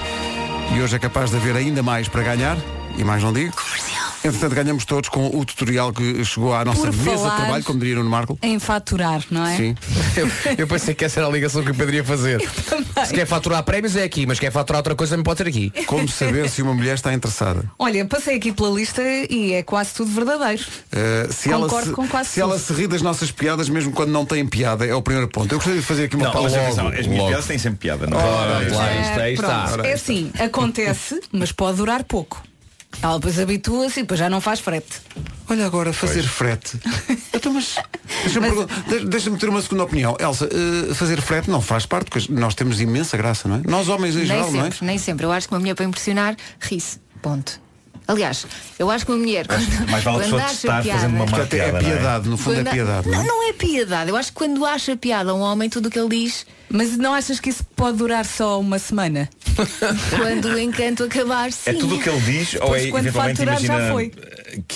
E hoje é capaz de haver ainda mais para ganhar. E mais não digo. Comercial. Entretanto, ganhamos todos com o tutorial que chegou à nossa
Por
mesa
falar-
de trabalho, como diria Nuno Marco.
Em faturar, não é?
Sim.
Eu, eu pensei que essa era a ligação que eu poderia fazer. Se quer faturar prémios é aqui, mas quer faturar outra coisa me pode ter aqui.
Como saber se uma mulher está interessada?
Olha, passei aqui pela lista e é quase tudo verdadeiro.
Uh, se ela
Concordo
se,
com quase
se ela
tudo.
se ri das nossas piadas, mesmo quando não têm piada, é o primeiro ponto. Eu gostaria de fazer aqui uma
Não,
pausa.
mas atenção,
logo,
as minhas
logo.
piadas têm sempre piada, não é?
Ora,
Ora,
lá
é,
Ah,
está, aí está.
Pronto,
Ora,
é
aí está.
assim, acontece, mas pode durar pouco. Ela depois habitua-se e depois já não faz frete.
Olha agora, fazer frete. Então, mas Deixa-me pergun- de- deixa-me ter uma segunda opinião. Elsa, uh, fazer frete não faz parte, porque nós temos imensa graça, não é? Nós homens em
nem
geral,
sempre,
não é?
nem sempre. Eu acho que uma mulher para impressionar ri-se. Ponto. Aliás, eu acho que uma mulher quando,
mais vale a
quando
pessoa
acha
testar
piada,
fazendo uma má Portanto, é piada, não é? piedade, no fundo é
quando a-
piedade, não é?
Não, não é piedade. Eu acho que quando acha piada um homem, tudo o que ele diz.
Mas não achas que isso pode durar só uma semana?
quando o encanto acabar, sim.
É tudo o que ele diz ou é
Pois, quando
eventualmente
faturar, já
imagina
foi.
que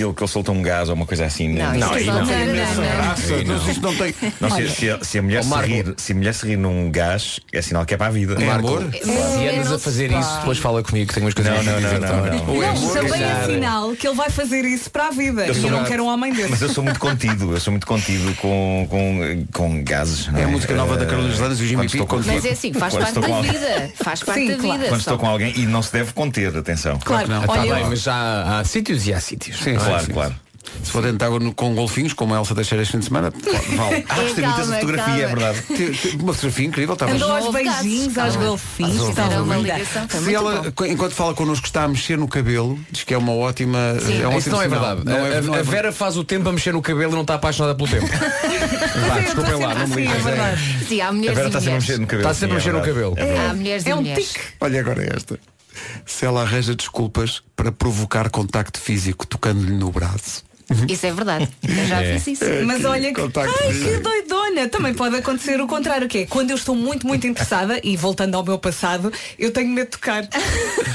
ele, que ele solta um gás ou uma coisa assim.
Não, isso
é
aí
não, não, não,
imensa
não.
graça,
Não,
aí
isto não tem.
Não, se,
Olha.
se a- se a mulher
Oh,
se
Marco.
rir, se a mulher se rir num gás, é sinal que é para a vida.
É Marco, amor? se
É,
andas a
não se
fazer
faz.
isso, depois fala comigo, tenho umas coisas
Não,
para
não,
dizer
não,
também.
não, não.
Ou é
Não,
amor,
também
ou
é
assim,
é-
sinal que ele vai fazer isso para a vida. e eu não quero um homem desse.
Mas eu sou muito contido, eu sou muito contido com, com, com gases. não É
a música nova da Carolina dos Landes e o Jimmy
Quando estou com-
Mas é assim, faz
quando
parte
estou
da
com alguém-
vida. Faz parte da vida.
Quando
só.
estou com alguém e não se deve conter, atenção.
Claro, Claro que não. olha,
Tá bem, mas há, há sítios e há sítios.
Sim,
Claro,
sim, sim.
claro.
Se for dentro de água no- com golfinhos, como a Elsa deixar este fim de semana, pode- vale.
Ah, gostei muito dessa Calma, fotografia, calma. é verdade.
Te- te- Uma fotografia incrível, estava
Andou aos
houve gases,
beijinhos, aos
calma.
golfinhos.
Mas
estava
houve uma
linda.
ligação,
Se ela, qu- enquanto fala connosco, está a mexer no cabelo, diz que é uma ótima. É um
Isso
ótimo
não é
sinal.
verdade.
Não é-
A-
não
a,
é
a Vera faz o tempo a mexer no cabelo e não está apaixonada pelo tempo. Vá, desculpem lá, não me liguem.
Sim, há mulheres e mulheres.
Está sempre a mexer no cabelo. é
É um
Há
É.
mulheres e mulheres.
Olha agora é esta. Se ela arranja desculpas para provocar contacto físico tocando-lhe no braço.
Isso é verdade. Eu já
Uhum. É.
fiz isso.
É,
Mas olha que.
contacto
Ai, que
físico.
doidona! Também pode acontecer o contrário, que é quando eu estou muito, muito interessada, e voltando ao meu passado, eu tenho medo de tocar.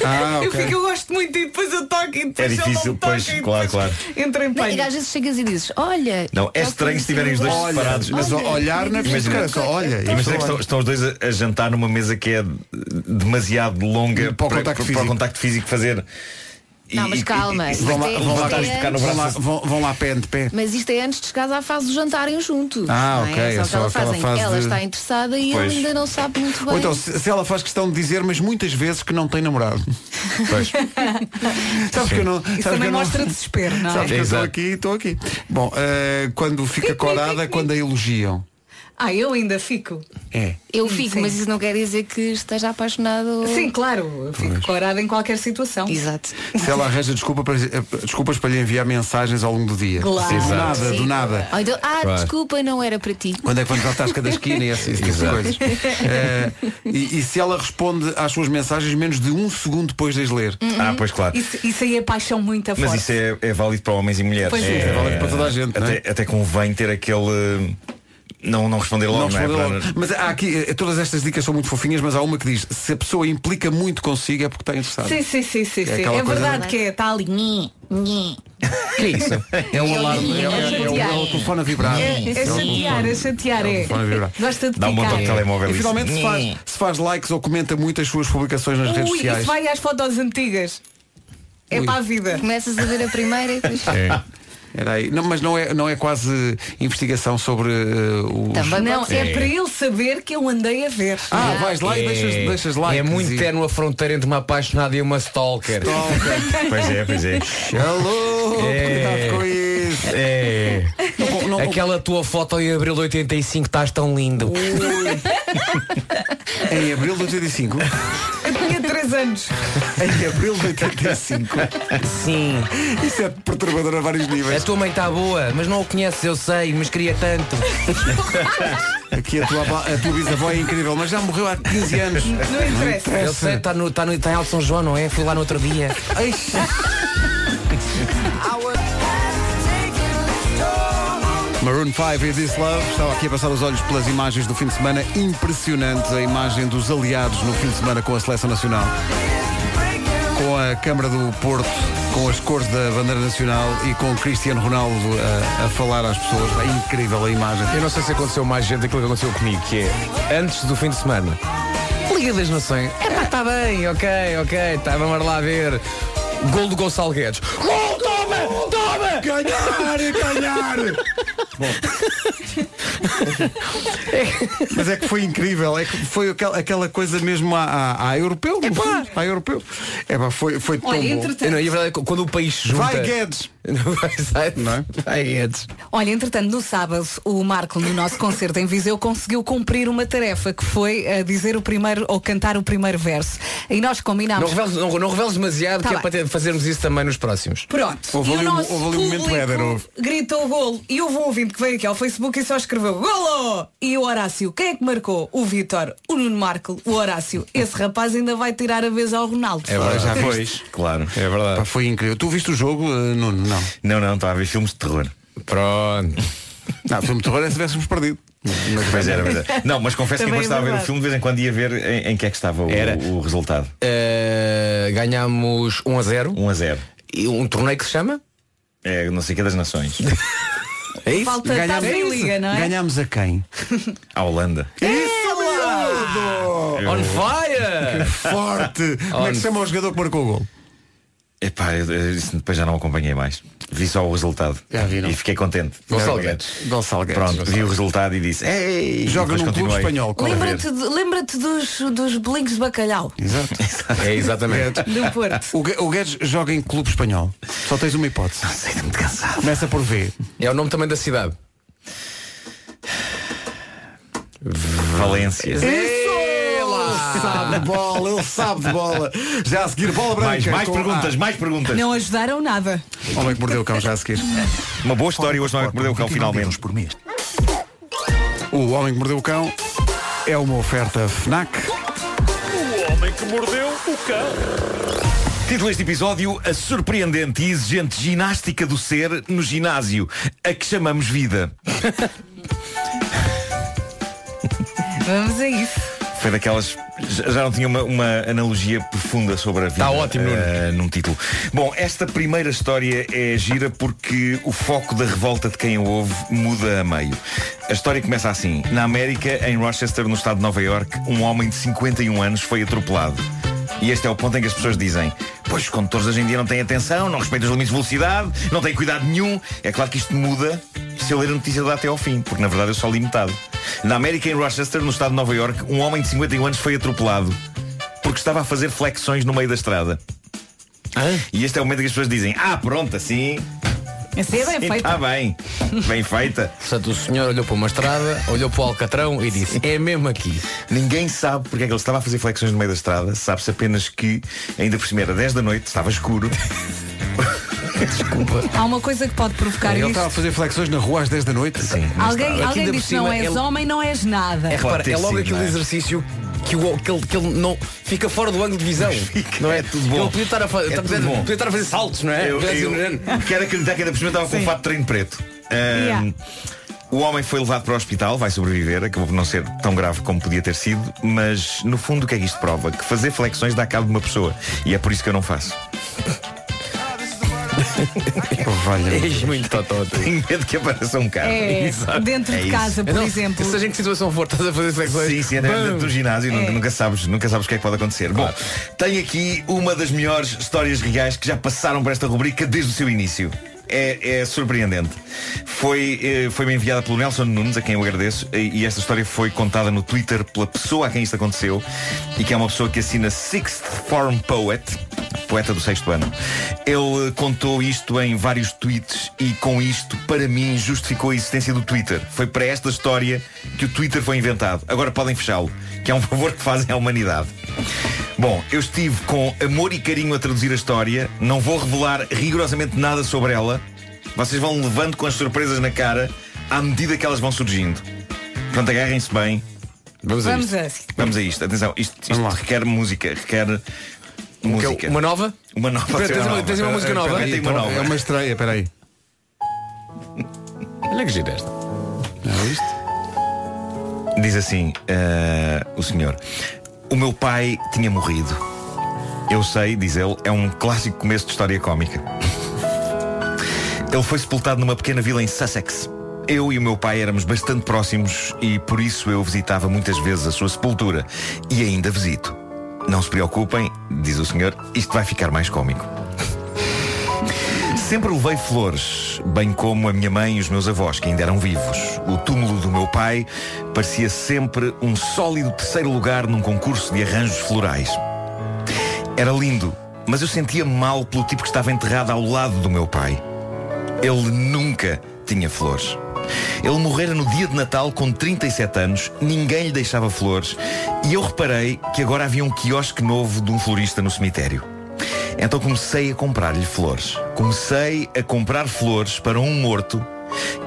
Ah,
Eu
ok.
fico, eu gosto muito e depois eu toco e
É
depois eu não
difícil,
toco
pois,
e
claro,
depois
claro.
entro em
Não,
pânico.
e às vezes chegas e dizes, olha.
Não, é estranho se estiverem os dois
Olha,
separados.
mas olha, olhar não é preciso, cara, só olha.
Imagina que estão, estão os dois a, a jantar numa mesa que é demasiado longa para, para- para o contacto, físico. fazer.
Não, mas calma,
vão lá,
isto é-
vão lá,
isto é
tocar no
Vão lá,
braço.
vão, vão lá pé ante pé.
Mas isto é antes de chegar à fase do jantarem juntos.
Ah,
não
ok,
É
é
Só
só
que ela,
aquela
fazem.
fase
ela
de-
está interessada e
Pois.
ele ainda não sabe muito bem.
Ou então, se, se ela faz questão de dizer, mas muitas vezes que não tem namorado. Pois. Sabes que eu não.
Isso
sabes que
também
eu não-
mostra desespero, não é?
Sabes que eu estou aqui, estou aqui. Bom, eh, quando fica corada, é quando a elogiam.
Ah, eu ainda fico.
É.
Eu fico, mas isso não quer dizer que esteja apaixonado.
Sim, claro, eu fico corada em qualquer situação.
Exato.
Se ela arranja desculpa para- eh, desculpas para lhe enviar mensagens ao longo do dia.
Claro.
Do
Exato.
nada, do
Sim.
nada.
Ou então, ah,
Claro.
desculpa, não era para ti.
Quando é que vamos à tasca da esquina e esse, esse tipo de
Exato.
coisas. Eh, e, e se ela responde às suas mensagens menos de um segundo depois de as ler.
Uhum. Isso, isso aí é paixão muito forte.
Mas isso é, é válido para homens e mulheres.
Pois é. Isto é válido para
toda a gente,
Até,
não é?
até convém ter aquele. Não, não responder logo,
Não
não,
responder
é?
logo. Mas há aqui, eh, todas estas dicas são muito fofinhas, mas há uma que diz, se a pessoa implica muito consigo é porque está interessada.
Sim, sim, sim, sim.
É
sim. É,
aquela coisa-
verdade que é, está ali. Nhi, nhi.
Que é isso? É um alarme, é, um- é, um- é o telefone a vibrar.
É, é
É um
chatear, é chatear, é.
telefone a vibrar.
Gosta de
Dá um
picar.
montão de telemóvel. E
isso.
finalmente se faz, se faz likes ou comenta muito as suas publicações nas redes
Ui,
sociais.
isso vai às fotos antigas. É
Ui.
para a vida.
Começas a ver a primeira e depois.
É. Era aí. Não, mas não é, não é quase investigação sobre eh, os...
não, é. para ele saber que eu andei a ver.
Ah, vais lá e deixas, deixas likes.
É muito ténue a fronteira entre uma apaixonada e uma stalker.
pois é, pois é.
Alô,
cuidado
com isso.
É.
Não, não-
Aquela tua foto em abril de 85, estás tão lindo.
em abril de 85?
Eu tinha 3 anos.
Em abril de 85?
Sim.
Isso é perturbador a vários níveis.
A tua mãe está boa, mas não o conheces, eu sei, mas queria tanto.
Aqui a tua, aba- a tua bisavó é incrível, mas já morreu há 15 anos.
Eu sei, está no, tá no, tá em Alto São João, não é? Fui lá no outro dia.
Maroon 5 e This Love. Estava aqui a passar os olhos pelas imagens do fim de semana. Impressionante a imagem dos aliados no fim de semana com a Seleção Nacional. Com a Câmara do Porto, com as cores da bandeira nacional e com Cristiano Ronaldo a, a falar às pessoas. É incrível a imagem.
Eu não sei se aconteceu mais gente daquilo que aconteceu comigo, que é antes do fim de semana. Liga das Nações. É pá, tá, está bem, ok, ok, tá, vamos lá ver. Gol do Gonçalo Guedes. Gol, toma! Toma!
Ganhar, ganhar! Mas é que foi incrível, é que foi aquela, aquela coisa mesmo à, à, à europeu, é pá. à europeu. É pá, foi, foi tão
Olha,
bom.
entretanto- Eu
não, e a verdade é que quando o país junta-
Vai Guedes! é?
Vai, vai, Guedes.
Olha, entretanto, no sábado, o Marco, no nosso concerto em Viseu, conseguiu cumprir uma tarefa, que foi eh, dizer o primeiro, ou cantar o primeiro verso. E nós combinámos...
Não reveles, não, não reveles demasiado
Tá
que é
bem.
para ter- fazermos isso também nos próximos.
Pronto. e
um-
um-
o nosso público gritou golo. E houve um ouvinte que veio aqui ao Facebook e só escreveu golo. E o Horácio, quem é que marcou? O Vitor, o Nuno Marco, o Horácio. Esse rapaz ainda vai tirar a vez ao Ronaldo.
É verdade, já
Ah, Viste?
pois.
Claro. É
verdade.
foi incrível. Tu viste o jogo, eh, Nuno? Não.
Não, não, estava a ver filmes de terror.
Pronto.
Não, filme de terror é se tivéssemos perdido.
Pois era, mas era. Não, mas confesso que
Também
enquanto
é
estava a ver o
verdade.
filme, de vez em quando ia ver em, em que é que estava o,
Era.
o resultado.
Eh, ganhámos 1 a 0.
1 a 0.
E um torneio que se chama?
É, não sei o que das nações.
É
isso? Falta Ganhámos- Taça da Liga, não é?
Ganhámos a quem?
À Holanda.
Isso, miúdo!
On
Que
fire!
forte! Como é que se chama o jogador que marcou o gol?
Epá, eu- eu- isso depois já não acompanhei mais. Vi só o resultado. E fiquei contente.
Gonçalo
Fiquei
Guedes.
contente.
Gonçalo Guedes.
Pronto,
Gonçalo
vi o resultado e disse. Ei,
Joga
Depois
num clube
continuei.
espanhol, é?
Lembra-te de- lembra-te dos, dos bolinhos de bacalhau.
Exato.
É exatamente.
Guedes.
Do Porto.
O, Gue- o Guedes joga em clube espanhol. Só tens uma hipótese. Não sei,
muito cansado.
Começa por V.
É o nome também da cidade.
Valência.
É
Ele sabe de bola, ele sabe de bola. Já a seguir, bola branca.
Mais- mais perguntas, mais perguntas.
Não ajudaram nada.
Homem que mordeu o cão, já a seguir.
Uma boa história hoje não é que perdeu o cão finalmente.
O Homem que Mordeu o Cão é uma oferta FNAC.
O homem que mordeu o cão.
Título deste episódio: A surpreendente e exigente ginástica do ser no ginásio, a que chamamos vida.
Vamos a isso.
Foi daquelas. já- Já não tinha uma, uma analogia profunda sobre a vida. Está ótimo, Num título. Bom, esta primeira história é gira porque o foco da revolta de quem a ouve muda a meio. A história começa assim. Na América, em Rochester, no estado de Nova York, um homem de 51 anos foi atropelado. E este é o ponto em que as pessoas dizem Pois, os condutores hoje em dia não têm atenção, não respeitam os limites de velocidade, não têm cuidado nenhum. É claro que isto muda se eu ler a notícia lá até ao fim, porque na verdade eu sou limitado. Na América, em Rochester, no estado de Nova York, um homem de 51 anos foi atropelado porque estava a fazer flexões no meio da estrada. E este é o momento em que as pessoas dizem Ah, pronto, assim...
Essa é bem
assim
feita.
tá
Está bem, bem feita.
Portanto, o senhor olhou para uma estrada, olhou para o Alcatrão e disse, é mesmo aqui.
Ninguém sabe porque é que ele estava a fazer flexões no meio da estrada. Sabe-se apenas que, ainda por cima, era 10 da noite, estava escuro. Desculpa.
Há uma coisa que pode provocar
Ele
isto.
tá
estava a fazer flexões na rua às 10 da noite. Sim.
Alguém, alguém disse
ainda por cima,
não é és
ele-
homem, não és nada.
É, repara, é logo aquele exercício que, o, que, ele, que ele não fica fora do ângulo de visão. não é? tudo
bom.
Ele podia estar a, fa-
É
tá-
tudo
podia-
bom.
podia estar a fazer saltos, não é?
Eu,
Coisas
eu
do género.
quero acreditar que ainda por cima estava com um fato de treino preto. Ahm,
Yeah.
O homem foi levado para o hospital, vai sobreviver, acabou por não ser tão grave como podia ter sido, mas no fundo o que é que isto prova? Que fazer flexões dá cabo de uma pessoa e é por isso que eu não faço.
És muito totó.
Tenho medo que apareça um carro.
É, dentro de casa, por
Então,
exemplo.
Seja em que situação for, estás a fazer flexões.
Sim, sim, é dentro do ginásio, nunca, nunca sabes, nunca sabes o que é que pode acontecer. Bom, tenho aqui uma das melhores histórias reais que já passaram por esta rubrica desde o seu início. É, é surpreendente. Foi, eh, foi-me enviada pelo Nelson Nunes, a quem eu agradeço, e e esta história foi contada no Twitter pela pessoa a quem isto aconteceu, e que é uma pessoa que assina Sixth Form Poet, poeta do sexto ano. Ele eh, contou isto em vários tweets e com isto, para mim, justificou a existência do Twitter. Foi para esta história que o Twitter foi inventado. Agora podem fechá-lo, que é um favor que fazem à humanidade. Bom, eu estive com amor e carinho a traduzir a história, não vou revelar rigorosamente nada sobre ela. Vocês vão levando com as surpresas na cara à medida que elas vão surgindo. Portanto, agarrem-se bem.
Vamos
a Vamos isto. a isto.
Vamos a isto. Atenção, isto, isto requer música, requer música.
Uma nova?
Uma nova.
Espera, tens uma- tens uma música nova? Então,
Espera, tem uma nova.
É uma estreia, peraí.
Olha que gira esta.
Diz assim eh, o senhor O meu pai tinha morrido Eu sei, diz ele, é um clássico começo de história cómica Ele foi sepultado numa pequena vila em Sussex eu e o meu pai éramos bastante próximos e por isso eu visitava muitas vezes a sua sepultura. E ainda visito. Não se preocupem, diz o senhor, isto vai ficar mais cómico. Sempre levei flores, bem como a minha mãe e os meus avós, que ainda eram vivos. O túmulo do meu pai parecia sempre um sólido terceiro lugar num concurso de arranjos florais. Era lindo, mas eu sentia mal pelo tipo que estava enterrado ao lado do meu pai. Ele nunca tinha flores. Ele morrera no dia de Natal com 37 anos, ninguém lhe deixava flores e eu reparei que agora havia um quiosque novo de um florista no cemitério. Então comecei a comprar-lhe flores. Comecei a comprar flores para um morto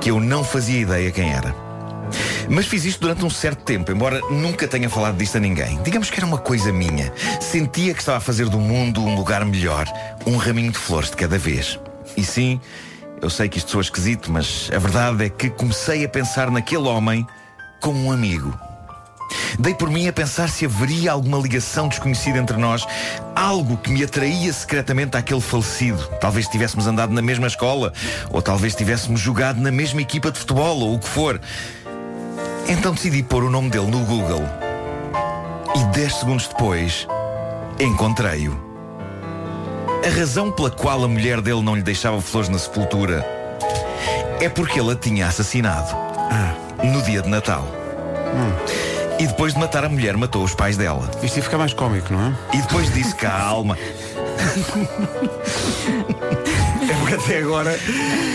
que eu não fazia ideia quem era. Mas fiz isto durante um certo tempo, embora nunca tenha falado disto a ninguém. Digamos que era uma coisa minha. Sentia que estava a fazer do mundo um lugar melhor, um raminho de flores de cada vez. E sim, eu sei que isto soa esquisito, mas a verdade é que comecei a pensar naquele homem como um amigo. Dei por mim a pensar se haveria alguma ligação desconhecida entre nós, algo que me atraía secretamente àquele falecido. Talvez tivéssemos andado na mesma escola, ou talvez tivéssemos jogado na mesma equipa de futebol, ou o que for. Então decidi pôr o nome dele no Google. E 10 segundos depois, encontrei-o. A razão pela qual a mulher dele não lhe deixava flores na sepultura é porque ele a tinha assassinado
Ah,
no dia de Natal. E depois de matar a mulher, matou os pais dela.
Hum. Isto ia ficar mais cómico, não
é? E depois disse que a alma. é porque até agora.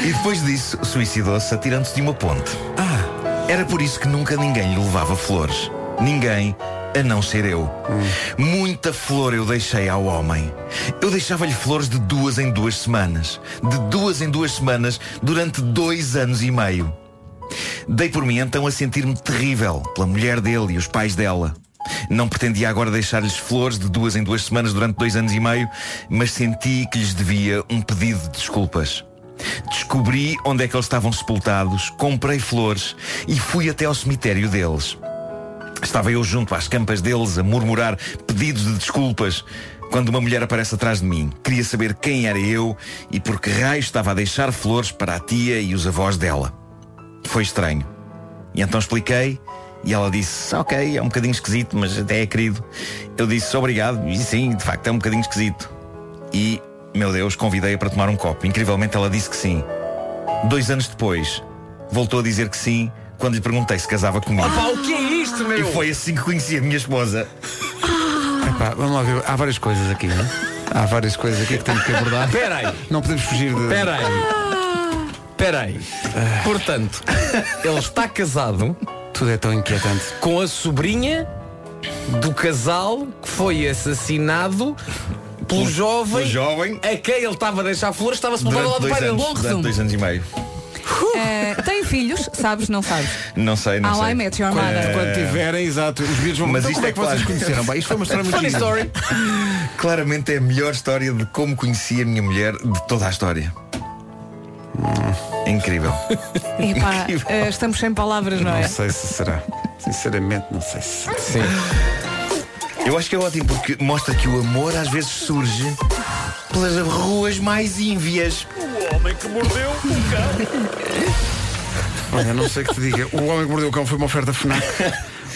E depois disso, suicidou-se atirando-se de uma ponte. Ah, Era por isso que nunca ninguém lhe levava flores. Ninguém, a não ser eu. Hum. Muita flor eu deixei ao homem. Eu deixava-lhe flores de duas em duas semanas. De duas em duas semanas, durante dois anos e meio. Dei por mim então a sentir-me terrível pela mulher dele e os pais dela. Não pretendia agora deixar-lhes flores de duas em duas semanas durante dois anos e meio, mas senti que lhes devia um pedido de desculpas. Descobri onde é que eles estavam sepultados, comprei flores e fui até ao cemitério deles. Estava eu junto às campas deles a murmurar pedidos de desculpas quando uma mulher aparece atrás de mim. Queria saber quem era eu e por que raio estava a deixar flores para a tia e os avós dela. Foi estranho. E então expliquei e ela disse, ok, é um bocadinho esquisito, mas até é querido. Eu disse, obrigado, e sim, de facto é um bocadinho esquisito. E, meu Deus, convidei-a para tomar um copo. Incrivelmente ela disse que sim. Dois anos depois, voltou a dizer que sim quando lhe perguntei se casava comigo.
Opa, o que é isto, meu?
E foi assim que conheci a minha esposa.
Epá, vamos lá ver. Há várias coisas aqui, não é? Há várias coisas aqui que temos que abordar.
Espera aí.
Não podemos fugir de.
Espera aí. Espera aí. Portanto, ele está casado.
Ah. Tudo é tão inquietante.
Com a sobrinha do casal que foi assassinado pelo jovem, a quem ele estava a deixar flores, estava sepultado ao lado do pai
um
dele. Bom
durante
resumo.
dois anos e meio.
Eh, tem filhos? Sabes, não sabes?
Não sei, não
Ah,
sei.
I met your mother.
Quando tiverem, exato, os vídeos vão
Mas
Então,
isto
como
é
é que vocês
claro.
conheceram? Bah, isto foi uma história muito
Funny
gira.
story. Claramente é a melhor história de como conheci a minha mulher de toda a história. É Incrível.
Epá, eh, estamos sem palavras, não é?
Não sei se será. Sinceramente, não sei se será.
Sim.
Eu acho que é ótimo porque mostra que o amor às vezes surge pelas ruas mais ínvias.
O homem que mordeu o cão.
Olha, não sei o que te diga. O Homem que Mordeu o Cão foi uma oferta FNAC,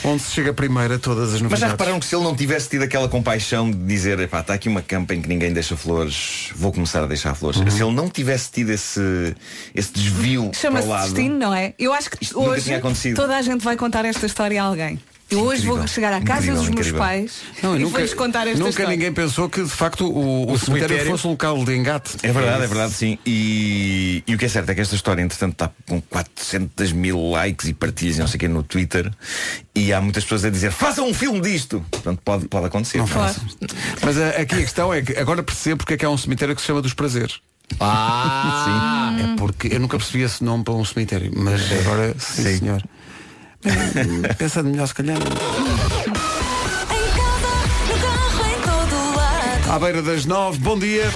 onde se chega primeiro a todas
Mas
as
já
novidades.
repararam que se ele não tivesse tido aquela compaixão de dizer, epá, está aqui uma campa em que ninguém deixa flores, vou começar a deixar flores.
Uhum.
Se ele não tivesse tido esse, esse desvio para
Chama-se
o lado.
destino, não é? Eu acho que
nunca
hoje
tinha acontecido.
toda a gente vai contar esta história a alguém. Eu hoje vou chegar à casa
incrível,
dos meus
incrível.
pais
Não,
e
e
vou-lhes contar esta
nunca
história.
ninguém pensou que de facto o, o, cemitério,
cemitério-
fosse um local de engate.
É verdade, é verdade, sim. E, e o que é certo é que esta história, entretanto, está com 400 mil likes e partilhas, e não sei o quê, no Twitter. E há muitas pessoas a dizer, façam um filme disto. Portanto, pode, pode acontecer.
Não
não é?
façam. Mas a- aqui a questão é que agora percebo porque é que há um cemitério que se chama dos prazeres.
Ah!
Sim. É porque eu nunca percebi esse nome para um cemitério, mas agora sim, senhor. Mas, Pensa melhor se calhar. À beira das nove, bom dia.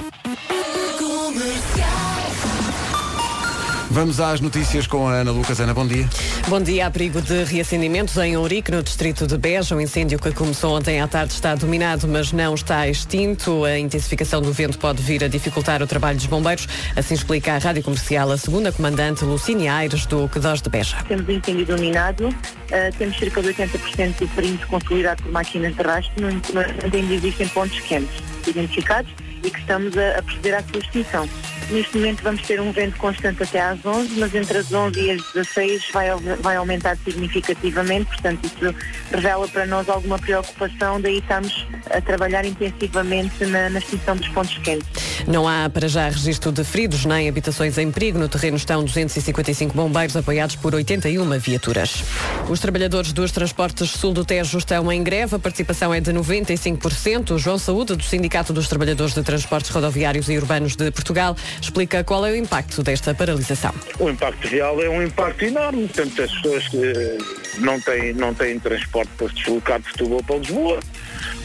Vamos às notícias com a Ana Lucas. Ana, bom dia.
Bom dia. Há perigo de reacendimentos em Ourique, no distrito de Beja. O incêndio que começou ontem à tarde está dominado, mas não está extinto. A intensificação do vento pode vir a dificultar o trabalho dos bombeiros. Assim explica a Rádio Comercial a segunda comandante Lucine Aires, do Quedós de Beja.
Temos o incêndio dominado, eh, temos cerca de 80% do perímetro consolidado por máquina de rastro, no entanto ainda existem pontos quentes identificados e que estamos a, a proceder à sua extinção. Neste momento vamos ter um vento constante até às 11, mas entre as 11 e as 16 vai, au- vai aumentar significativamente, portanto isso revela para nós alguma preocupação, daí estamos a trabalhar intensivamente na, na extinção dos pontos quentes.
Não há para já registro de feridos nem habitações em perigo. No terreno estão 255 bombeiros apoiados por 81 viaturas. Os trabalhadores dos transportes sul do Tejo estão em greve. A participação é de 95%. O João Saúde, do Sindicato dos Trabalhadores de Transportes Rodoviários e Urbanos de Portugal, explica qual é o impacto desta paralisação.
O impacto real é um impacto enorme. Portanto, as pessoas que eh, não têm, não têm transporte para se deslocar de Setúbal para Lisboa,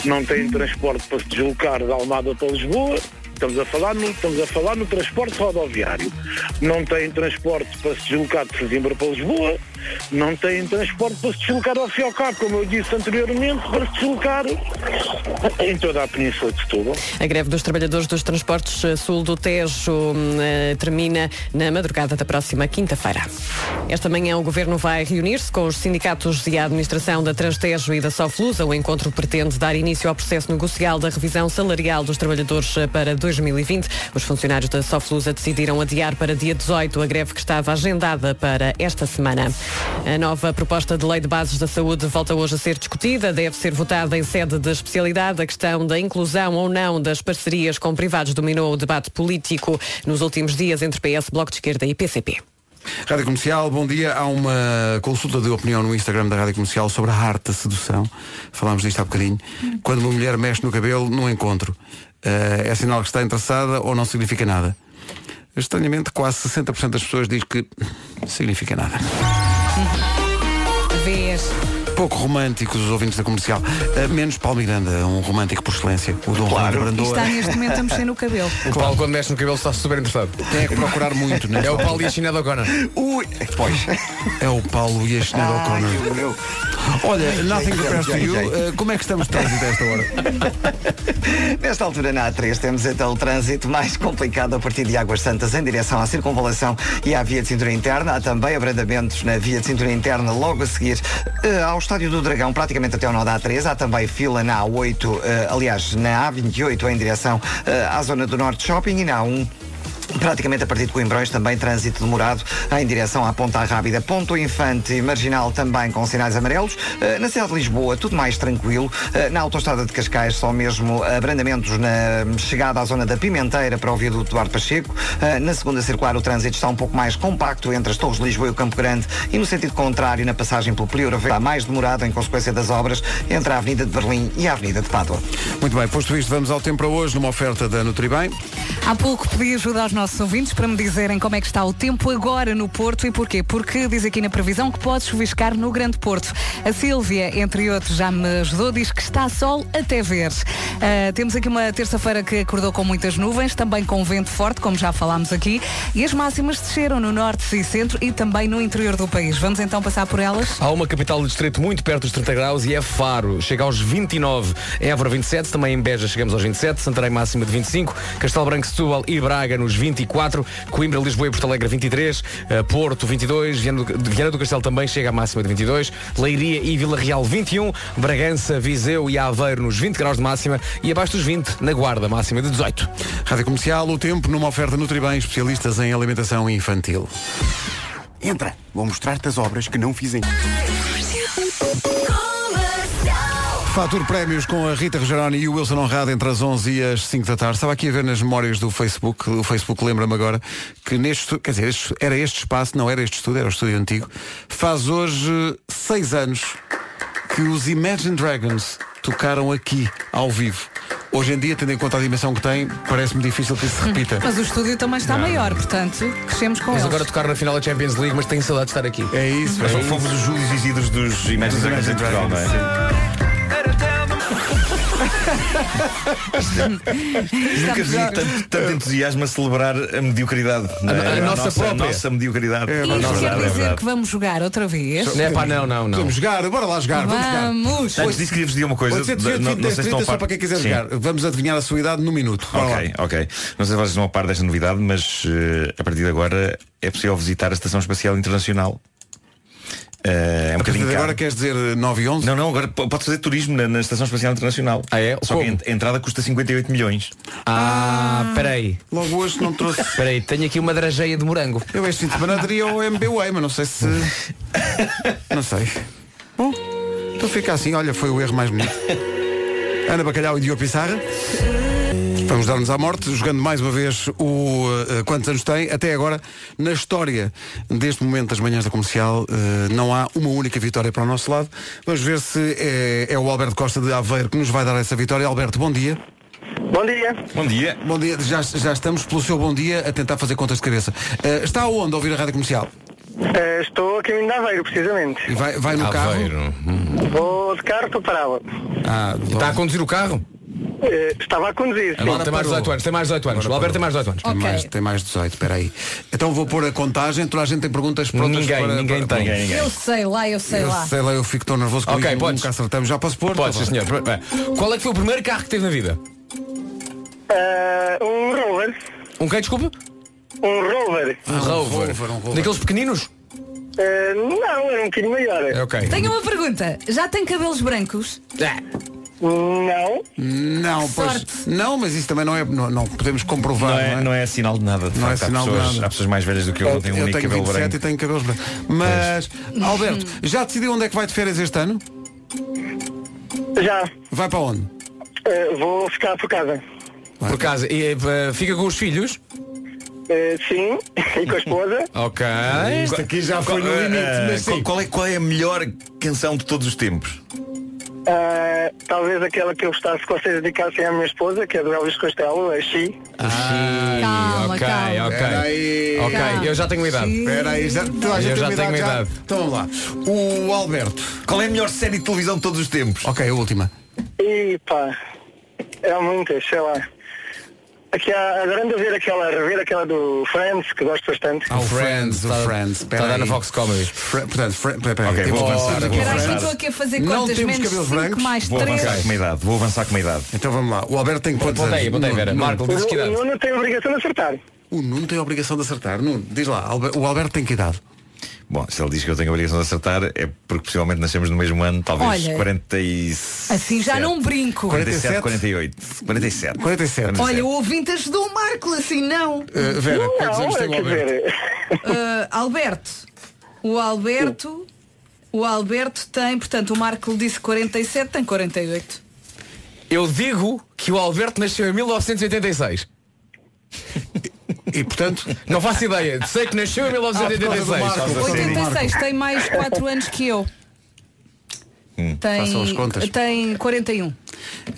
não têm transporte para se deslocar de Almada para Lisboa, estamos a falar no, estamos a falar no transporte rodoviário, não têm transporte para se deslocar de Sesimbra para Lisboa, não têm transporte para se deslocar ao Fiocab, como eu disse anteriormente, para se deslocar em toda a Península de Setúbal.
A greve dos trabalhadores dos transportes eh, sul do Tejo hum, eh, termina na madrugada da próxima quinta-feira. Esta manhã o governo vai reunir-se com os sindicatos e a administração da Transtejo e da Soflusa. O encontro pretende dar início ao processo negocial da revisão salarial dos trabalhadores eh, para 2020. Os funcionários da Soflusa decidiram adiar para dia 18 a greve que estava agendada para esta semana. A nova proposta de lei de bases da saúde volta hoje a ser discutida. Deve ser votada em sede de especialidade. A questão da inclusão ou não das parcerias com privados dominou o debate político nos últimos dias entre PS, Bloco de Esquerda e PCP.
Rádio Comercial, bom dia. Há uma consulta de opinião no Instagram da Rádio Comercial sobre a arte da sedução. Falámos disto há bocadinho. Quando uma mulher mexe no cabelo num encontro, eh, é sinal que está interessada ou não significa nada? Estranhamente, quase 60% das pessoas diz que significa nada.
Vês.
Pouco românticos os ouvintes da comercial. Eh, menos Paulo Miranda, um romântico por excelência. O Dom Juan de
E
Brandoa.
está neste momento a mexer no cabelo.
O Paulo, quando mexe no cabelo, está super interessado.
Tem que procurar muito, né?
É o Paulo e a Chinela O'Connor.
Ui, pois. É o Paulo e a Sinead O'Connor. Olha, nothing compares to you. Eh, como é que estamos de trânsito a esta hora?
Nesta altura na A3 temos então o trânsito mais complicado a partir de Águas Santas em direção à circunvalação e à via de cintura interna. Há também abrandamentos na via de cintura interna logo a seguir eh, ao Estádio do Dragão, praticamente até ao nó da A3. Há também fila na A8, eh, aliás, na A28 em direção eh, à zona do Norte Shopping e na A1 Praticamente a partir de Coimbrões também trânsito demorado em direção à Ponta Rábida. Ponto Infante Marginal também com sinais amarelos. Eh, Na cidade de Lisboa tudo mais tranquilo. Eh, Na autoestrada de Cascais só mesmo abrandamentos na hum, chegada à zona da Pimenteira para o viaduto Eduardo Pacheco. Eh, Na segunda circular o trânsito está um pouco mais compacto entre as Torres de Lisboa e o Campo Grande e no sentido contrário na passagem pelo Prior Velho, está mais demorado em consequência das obras entre a Avenida de Berlim e a Avenida de Pádua.
Muito bem, posto isto, vamos ao tempo para hoje numa oferta da Nutribem.
Há pouco pedi ajuda aos nossos ouvintes para me dizerem como é que está o tempo agora no Porto e porquê. Porque diz aqui na previsão que pode chuviscar no Grande Porto. A Sílvia, entre outros, já me ajudou, diz que está sol até ver. Ah, temos aqui uma terça-feira que acordou com muitas nuvens, também com vento forte, como já falámos aqui, e as máximas desceram no norte e centro e também no interior do país. Vamos então passar por elas?
Há uma capital do distrito muito perto dos 30 graus e é Faro. Chega aos 29. Évora 27, também em Beja chegamos aos 27, Santarém máxima de 25, Castelo Branco, Setúbal e Braga nos 24, Coimbra, Lisboa e Porto Alegre 23, eh, Porto 22, Viana do, Viana do Castelo também chega à máxima de 22, Leiria e Vila Real 21, Bragança, Viseu e Aveiro nos 20 graus de máxima e abaixo dos 20 na Guarda máxima de 18.
Rádio Comercial, o tempo numa oferta Nutribem, especialistas em alimentação infantil.
Entra, vou mostrar-te as obras que não fiz ainda.
Fatur prémios com a Rita Rogeroni e o Wilson Honrado entre as 11 e as 5 da tarde. Estava aqui a ver nas memórias do Facebook, o Facebook lembra-me agora, que neste, estu- quer dizer, este- era este espaço, não era este estúdio, era o estúdio antigo, faz hoje 6 anos que os Imagine Dragons tocaram aqui, ao vivo. Hoje em dia, tendo em conta a dimensão que tem, parece-me difícil que isso se repita.
Mas o estúdio também está maior, portanto, crescemos com
Então. Mas
eles.
agora tocar na
é
final da Champions League, mas tenho saudade de estar aqui.
É
isso, Mas é fomos isso. os Júlios e Isidros dos Imagine Dragons em Portugal, não é? Nunca vi tanto, tanto entusiasmo a celebrar a mediocridade. não é?
A- a nossa própria.
nossa mediocridade.
É,
Isto
Nossa,
quer
é
dizer
verdade.
que vamos jogar outra vez?
Não é pá, não, não, não.
Vamos jogar, bora lá jogar, vamos,
Vamos!
jogar.
Antes disso, queria-vos dizer uma coisa.
800, 800,
Não- não
10,
sei se estão a
30, só
par-
para quem quiser
Sim.
jogar. Vamos adivinhar a sua idade num minuto. Bora lá.
Ok, ok. Não sei se vocês estão a par desta novidade, mas eh, a partir de agora é possível visitar a Estação Espacial Internacional. Eh, é um bocadinho
agora eh,
queres dizer 9 e 11? Não, não, agora po- podes fazer turismo na, na Estação Espacial Internacional. Ah, é? Só que a en- a entrada custa 58 milhões.
Ah, peraí.
Logo hoje não trouxe.
Espera aí, tenho aqui uma drageia de morango.
Eu este fim de semana diria ao MBWay, mas não sei se. Não sei. Bom, então fica assim, olha, foi o erro mais bonito. Ana Bacalhau e Diogo Pissarra. Vamos dar-nos à morte, jogando mais uma vez o eh, quantos anos tem. Até agora, na história deste momento das manhãs da comercial, eh, não há uma única vitória para o nosso lado. Vamos ver se é, é o Alberto Costa de Aveiro que nos vai dar essa vitória. Alberto, bom dia.
Bom dia.
Bom dia.
Bom dia. Já, já estamos pelo seu bom dia a tentar fazer contas de cabeça. Eh, está onde a ouvir a rádio comercial?
Eh, estou a caminho de Aveiro, precisamente.
E vai, vai no carro? Ah,
Vou de carro para Pará.
Hum. Está a conduzir o carro?
Eh, estava a conduzir. sim.
Agora tem mais 18 anos, tem mais 18 anos. O Alberto tem mais 18 anos.
Tem, mais, tem mais 18, peraí. Então vou pôr a contagem, toda a gente tem perguntas prontas
Ninguém,
para,
ninguém
para-
tem.
para-
Ninguém.
Eu sei lá, eu sei
Eu
lá.
sei lá, eu fico tão nervoso com
Ok,
isso,
podes.
nunca acertamos. Já posso pôr?
Pode,
Tá
sim, senhor. Bem, Qual é que foi o primeiro carro que teve na vida?
Eh, um rover.
Um quê, desculpa?
Um rover.
Um rover. Daqueles pequeninos? É,
Eh, não, era um bocadinho maior.
ok.
Tenho uma pergunta. Já tem cabelos brancos?
É. Não.
Não,
Que
pois,
sorte.
não, mas isso também não é. Não, não podemos comprovar.
Não
Não
é, não é sinal de nada. de
Não é
facto. Há
sinal de
pessoas-
nada.
Há pessoas mais velhas do que eu, não têm um
eu
único
tenho
cabelo
27
branco.
e tenho cabelos brancos. Mas, Alberto, já decidiu onde é que vai de férias este ano?
Já.
Vai para onde?
Eh, vou ficar por casa.
Por casa. E, eh, fica com os filhos?
Eh, sim, e com a esposa.
Ok. é?
Isto aqui já foi no
eh,
limite,
eh,
mas
qual-
sim.
Qual é, qual é a melhor canção de todos os tempos?
Eh, talvez aquela que eu gostasse que vocês dedicassem à minha esposa, que é do Elvis Costello, é She.
Calma, ok,
calma.
é, ok.
Peraí.
Ok, eu já tenho uma idade.
Espera aí, já, toda a gente
eu já
tem
tenho
uma
uma
idade.
idade.
já. Então vamos lá. O Alberto.
Qual é a melhor série de televisão de todos os tempos?
Ok, a última.
E pá, é muitas, sei lá. Aqui há, adorando ver aquela, rever aquela do Friends, que gosto bastante.
Ah, o Friends, o Friends. Está
tá- a dar na Fox
Comedy. portanto, Fre peraí,
Ok,
temos
vou
que
avançar,
fazer
vou
aqui
avançar.
Friends.
Estou aqui a fazer
Não
contas
temos
menos
cabelos
5
brancos.
mais
Vou
3.
avançar com uma idade, vou avançar com uma idade.
Então vamos lá. Ah, O é Alberto tem quantos
Bota
anos?
aí, bota aí, Vera.
Nuno,
Marco,
Nuno.
disse que idade.
O Nuno tem a obrigação de acertar.
O Nuno tem a obrigação de acertar. Nuno, diz lá, Albe- o Alberto tem que idade?
Bom, se ele diz que eu tenho a obrigação de acertar, é porque possivelmente nascemos no mesmo ano, talvez
Olha.
46.
Assim já não brinco.
47, 48. 47.
47.
Olha, o ouvinte ajudou o Marco, assim não.
Eh, Vera, quantos anos tem o
quer
Alberto?
dizer,
Ah, Alberto. O Alberto. O Alberto tem, portanto, o Marco disse 47, tem 48.
Eu digo que o Alberto nasceu em 1986.
E portanto?
Não faço ideia. Sei que nasceu em
Ah, por
1986.
causa do Marco.
86 tem mais 4 anos que eu.
façam as contas.
Tem, tem 41.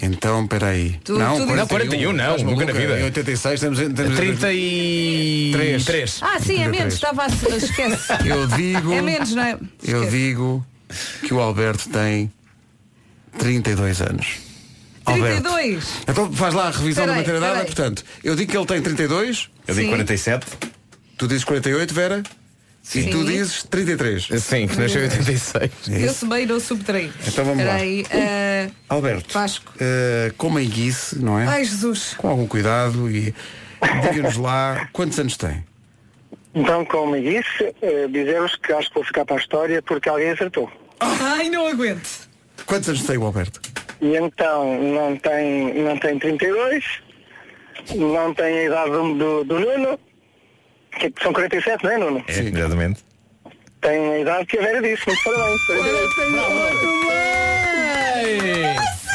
Então, peraí.
Tu- tu dizes- Não,
41 não,
um. Estás
nunca
maluca?
na vida.
Em 86 temos... temos
33.
Três.
Ah, sim, é
33.
menos, estava a se- esquece.
Eu digo-
É menos, não é?
Eu digo que o Alberto tem 32 anos. Alberto.
32.
Então faz lá a revisão da
Peraí,
maternidade,
peraí.
portanto, eu digo que ele tem 32.
Eu digo Sim. 47.
Tu dizes 48, Vera? E
Sim.
tu dizes 33.
Sim, que nasceu em 86.
É
Eu subi, não subtraí.
Então vamos lá.
Peraí, ah,
Alberto,
Vasco.
eh, com meiguice, não é?
Ai, Jesus.
Com algum cuidado e diga-nos lá quantos anos tem.
Então, como disse, eh, dizer-vos que acho que vou ficar para a história porque alguém acertou.
ah, Ai, não aguento.
Quantos anos tem o Alberto?
E então não tem, não tem 32, não tem a idade do, do, do Nuno, que são 47, não é Nuno?
É, exatamente.
Tem a idade que a Vera disse, muito parabéns.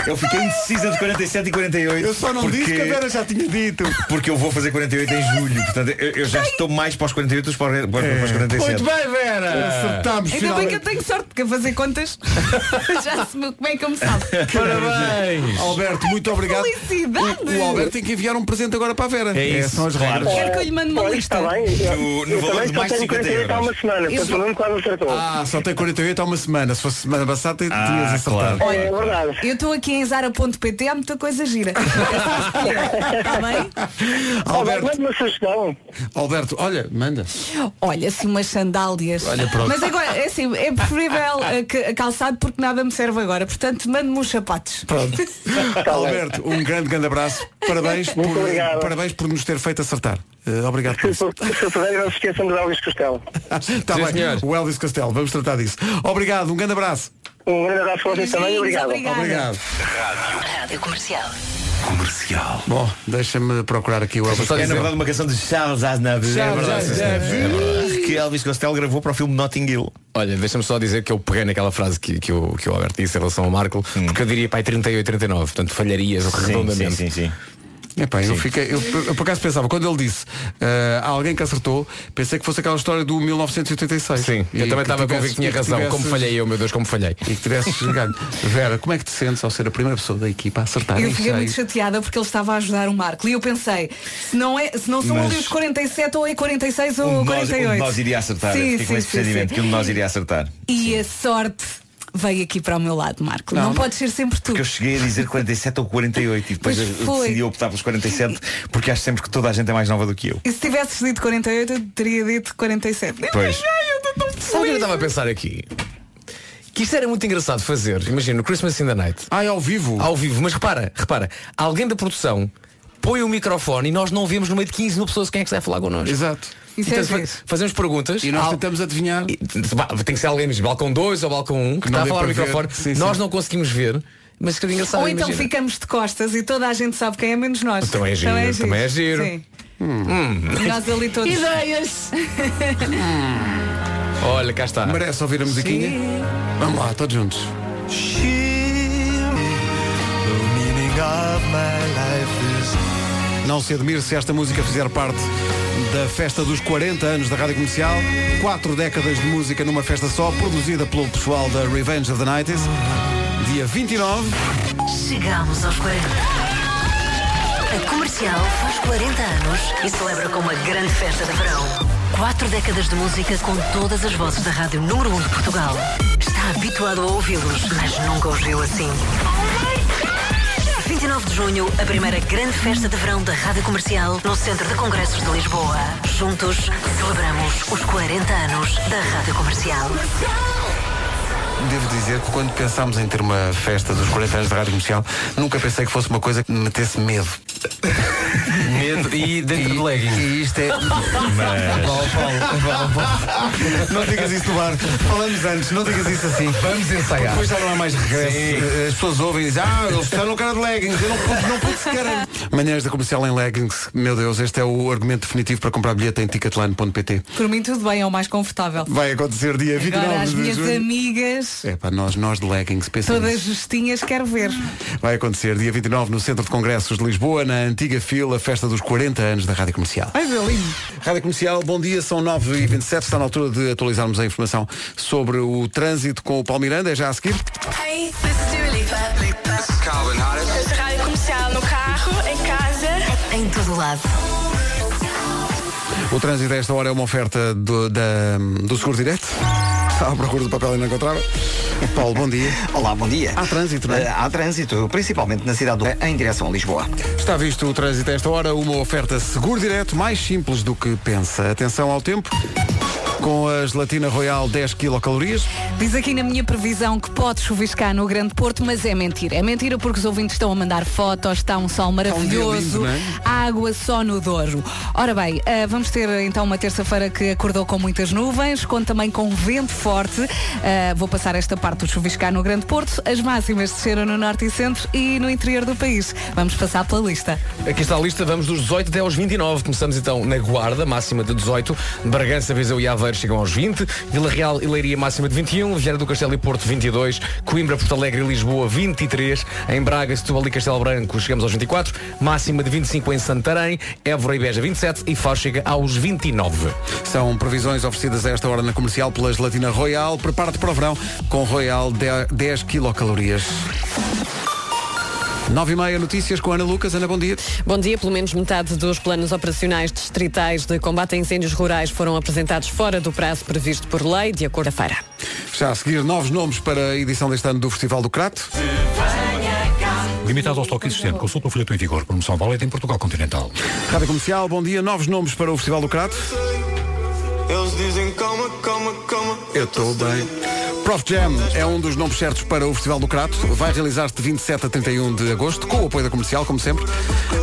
Eu fiquei indecisa de 47 e 48.
Eu só não
porque...
disse que a Vera já tinha dito.
Porque eu vou fazer 48 em julho. Portanto, eu, eu já estou mais para os 48 do que para, os- para os 47.
Acertámos,
Ainda
finalmente.
bem que eu tenho sorte, porque a fazer contas já se me- como é que eu me salvo.
Parabéns! Alberto, muito obrigado.
Felicidades!
O, o Alberto tem que enviar um presente agora para a Vera.
É isso,
É, são as
claro.
regras.
Quero que eu lhe mande uma lista.
Está bem? Eu,
No- no
eu
valor
também
de
só
mais
tenho
50
48 há uma
euros.
semana, portanto
Isso.
o Nuno quase acertou.
Ah, só tem 48 há uma semana. Se fosse semana passada, te-
Ah,
tinhas acertado.
claro.
É verdade.
Eu estou aqui em zara.pt, há muita coisa gira. Está bem?
Alberto, manda uma sugestão.
Alberto, olha, manda.
Olha, se umas sandálias.
Olha, pronto.
Mas agora, é assim, é preferível a que- a calçado porque nada me serve agora. Portanto, mande-me os sapatos.
Pronto. Alberto, um grande, grande abraço. Parabéns por,
Tá obrigado.
parabéns por nos ter feito acertar. Eh, Eh, obrigado por isso.
Se puder, não se esqueçam de Elvis Costello.
Está bem, o Elvis Castelo, vamos tratar disso. Obrigado, um grande abraço.
Um grande abraço para vocês também, obrigado.
Obrigado.
Rádio Comercial.
Comercial. Bom, deixa-me procurar aqui o Elvis
É na
Costello.
verdade uma canção de Charles Aznavour.
Charles
É verdade, sim, senhor.
Aznavour.
É verdade. Que Elvis Costello gravou para o filme Notting Hill.
Olha, deixa-me só dizer que eu peguei naquela frase que, que, o, que o Alberto disse em relação ao Marco, porque eu diria é pai 38, 39, portanto falharias
Sim,
redondamente.
sim, sim,
Epá, eu
Sim.
fiquei, eu, eu por acaso pensava, quando ele disse ah, há alguém que acertou, pensei que fosse aquela história do 1986. Sim,
eu também estava convicto que tinha razão. Como falhei eu, meu Deus, como falhei.
E que tivesses jogado. Vera, como é que te sentes ao ser a primeira pessoa da equipa a acertar
Eu
isto
fiquei
aí?
muito chateada porque ele estava a ajudar o Marco e eu pensei, se não, é, se não são
Mas-
ali os 47 ou é 46 ou
Um de nós, um
48.
de nós iria acertar.
Sim,
eu fiquei
sim,
com esse
sim,
procedimento
sim.
que um de nós iria acertar.
E a sorte veio aqui para o meu lado, Marco.
Não,
Não,
não-
podes ser sempre tu.
Porque eu cheguei a dizer 47 ou 48 e depois
Pois
eu
foi.
decidi optar pelos 47 porque acho sempre que toda a gente é mais nova do que eu.
E se tivesses dito 48, eu teria dito 47.
Pois.
Sabe o que eu estava a pensar aqui? Que isto era muito engraçado fazer, imagina, no Christmas in the Night.
Ah, é ao vivo?
Ao vivo, mas repara, repara, alguém da produção põe o microfone e nós não vemos no meio de 15 mil pessoas quem é que vai falar connosco.
Exato.
Isso é
então, fa-
giro.
fazemos perguntas e
nós tentamos adivinhar.
Tem que ser alguém nos balcão 2 ou balcão 1 que,
não
está a
dê
falar no
para ver.
microfone.
Sim,
nós
sim.
não conseguimos ver, mas que engraçado.
Ou então
imagina.
ficamos de costas e toda a gente sabe quem é, menos nós.
Também é giro, também é giro.
Sim.
Hum.
Nós ali todos. Ideias!
Olha, cá está.
Merece ouvir a musiquinha? Vamos lá, todos juntos. Não se admire se esta música fizer parte da festa dos 40 anos da Rádio Comercial. Quatro décadas de música numa festa só, produzida pelo pessoal da Revenge of the Nights. Dia 29.
Chegamos aos 40. A Comercial faz 40 anos e celebra com uma grande festa de verão. Quatro décadas de música com todas as vozes da Rádio Número 1 de Portugal. Está habituado a ouvi-los, mas nunca os viu assim. 29 de junho, a primeira grande festa de verão da Rádio Comercial no Centro de Congressos de Lisboa. Juntos, celebramos os 40 anos da Rádio Comercial.
Devo dizer que quando pensámos em ter uma festa dos 40 anos da Rádio Comercial, nunca pensei que fosse uma coisa que me metesse medo.
Medo e dentro de legging.
E isto é. Paulo, Paulo, Paulo, Paulo. Não digas isso no bar. Falamos antes, não digas isso assim. Vamos ensaiar. Depois já não há mais regresso. As pessoas ouvem e dizem, ah, eles estão no cara de leggings, eu não pude, não pude sequer. Manhãs da comercial em leggings, meu Deus, este é o argumento definitivo para comprar bilhete em ticketline.pt.
Por mim tudo bem, é o mais confortável.
Vai acontecer dia 29
Agora as
de
minhas
junho.
amigas,
É para nós, nós de leggings, pensamos.
todas justinhas, quero ver.
Vai acontecer dia 29 no Centro de Congressos de Lisboa, na antiga fila, festa dos 40 anos da Rádio Comercial.
Ai, meu lindo.
Rádio Comercial, bom dia, são 9h27, está na altura de atualizarmos a informação sobre o trânsito com o Paulo Miranda, é já a seguir.
Hey, this is Dua Lipa.
Calvin Harris.
Rádio comercial no carro, em casa.
Em todo lado.
O trânsito a esta hora é uma oferta do, da- do Seguro Direto. Estava à procura do papel e não encontrava. Paulo, bom dia.
Olá, bom dia.
Há trânsito, não é?
Eh, Há trânsito, principalmente na cidade do... em direção a Lisboa.
Está visto o trânsito a esta hora, uma oferta seguro direto mais simples do que pensa. Atenção ao tempo. Com a gelatina royal 10 quilocalorias.
Diz aqui na minha previsão que pode chuviscar no Grande Porto, mas é mentira. É mentira porque os ouvintes estão a mandar fotos, está um sol maravilhoso,
lindo, não é?
água só no Douro. Ora bem, ah, vamos ter então uma terça-feira que acordou com muitas nuvens, com também com vento forte. Ah, vou passar esta parte do chuviscar no Grande Porto. As máximas desceram no norte e centro e no interior do país. Vamos passar pela lista.
Aqui está a lista, vamos dos 18 até aos 29. Começamos então na Guarda, máxima de 18. Bragança, Viseu e Aveiro chegam aos 20. Vila Real e Leiria, máxima de 21. Vieira do Castelo e Porto, 22. Coimbra, Porto Alegre e Lisboa, 23. Em Braga, Setúbal e Castelo Branco, chegamos aos 24. Máxima de 25 em Santarém. Évora e Beja, 27. E Faro chega aos 29.
São previsões oferecidas a esta hora na comercial pela gelatina royal. Prepara-te para o verão com royal 10 10 quilocalorias. 9 e meia notícias com a Ana Lucas. Ana, bom dia.
Bom dia. Pelo menos metade dos planos operacionais distritais de combate a incêndios rurais foram apresentados fora do prazo previsto por lei, de acordo à feira.
Já a seguir, novos nomes para a edição deste ano do Festival do Crato.
Limitado ao estoque existente, consulta o folheto em vigor. Promoção válida em Portugal Continental.
Rádio Comercial, bom dia. Novos nomes para o Festival do Crato.
Eles dizem calma, calma, calma.
Eu estou bem. Prof Jam é um dos nomes certos para o Festival do Crato. Vai realizar-se de 27 a 31 de agosto, com o apoio da comercial, como sempre.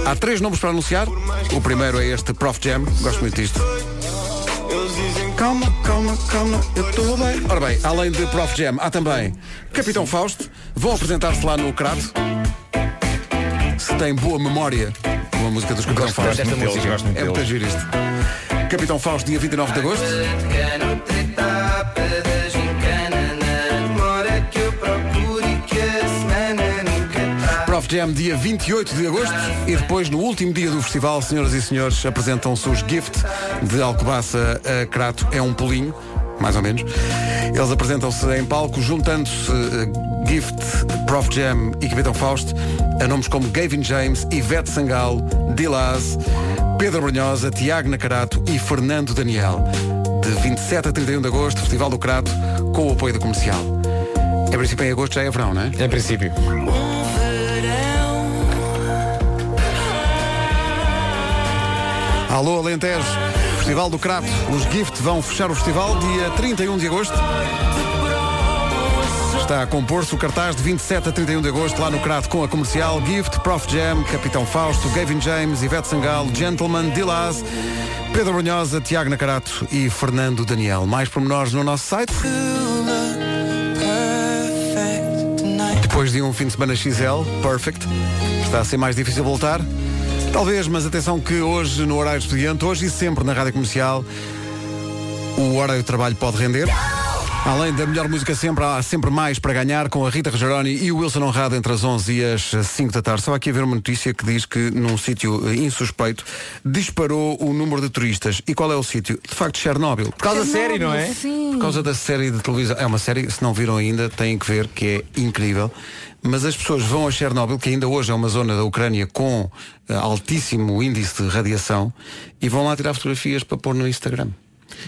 Há três nomes para anunciar. O primeiro é este Prof Jam. Gosto muito disto. Calma, calma, calma, eu estou bem. Ora bem, além de Prof Jam, há também Capitão Fausto. Vão apresentar-se lá no Crato. Se tem boa memória, uma música dos Capitão
Gosto
Fausto.
desta música, gosto muito
é muito
deles.
giro isto. Capitão Fausto, dia 29 de agosto. Prof Jam, dia 28 de agosto. E depois, no último dia do festival, senhoras e senhores, apresentam-se os Gift de Alcobaça a Crato. É um pulinho, mais ou menos. Eles apresentam-se em palco, juntando-se eh, Gift, Prof Jam e Capitão Fausto a nomes como Gavin James, Ivete Sangalo, Dilaz, Pedro Brunhosa, Tiago Nacarato e Fernando Daniel. De 27 a 31 de agosto, Festival do Crato, com o apoio da comercial. Em princípio, em agosto já é verão, não é? Em princípio. Alô Alentejo, Festival do Crato. Os Gift vão fechar o festival dia 31 de agosto. Está a compor-se o cartaz de 27 a 31 de agosto lá no Crato com a comercial Gift, Prof Jam, Capitão Fausto, Gavin James, Ivete Sangalo, Gentleman, Dilaz, Pedro Brunhosa, Tiago Nacarato e Fernando Daniel. Mais pormenores no nosso site. Depois de um fim de semana XL, perfect, está a ser mais difícil voltar? Talvez, mas atenção que hoje, no horário estudiante, hoje e sempre na Rádio Comercial, o horário de trabalho pode render. Além da melhor música sempre, há sempre mais para ganhar com a Rita Rogeroni e o Wilson Honrado entre as 11 e as 5 da tarde. Estava aqui a ver uma notícia que diz que num sítio eh, insuspeito disparou o número de turistas. E qual é o sítio? De facto, Chernobyl. Por
causa da série, não é?
Sim. Por causa da série de televisão. É uma série, se não viram ainda, têm que ver, que é incrível. Mas as pessoas vão a Chernobyl, que ainda hoje é uma zona da Ucrânia com eh, altíssimo índice de radiação, e vão lá tirar fotografias para pôr no Instagram.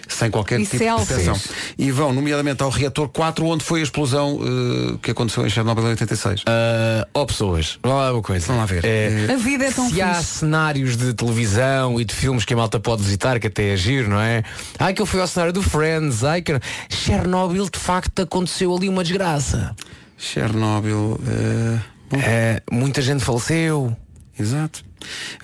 Sem qualquer
E
tipo
selfies.
de atenção. E vão, nomeadamente, ao reator 4, onde foi a explosão eh, que aconteceu em Chernobyl em 86.
Ah, Ó pessoas, vamos lá uma coisa. Vamos lá ver.
A vida é tão
se há
fixe.
cenários de televisão e de filmes que a malta pode visitar, que até é giro, não é? Ai que eu fui ao cenário do Friends, ai que. Chernobyl de facto aconteceu ali uma desgraça.
Chernobyl. eh,
É, muita gente faleceu.
Exato.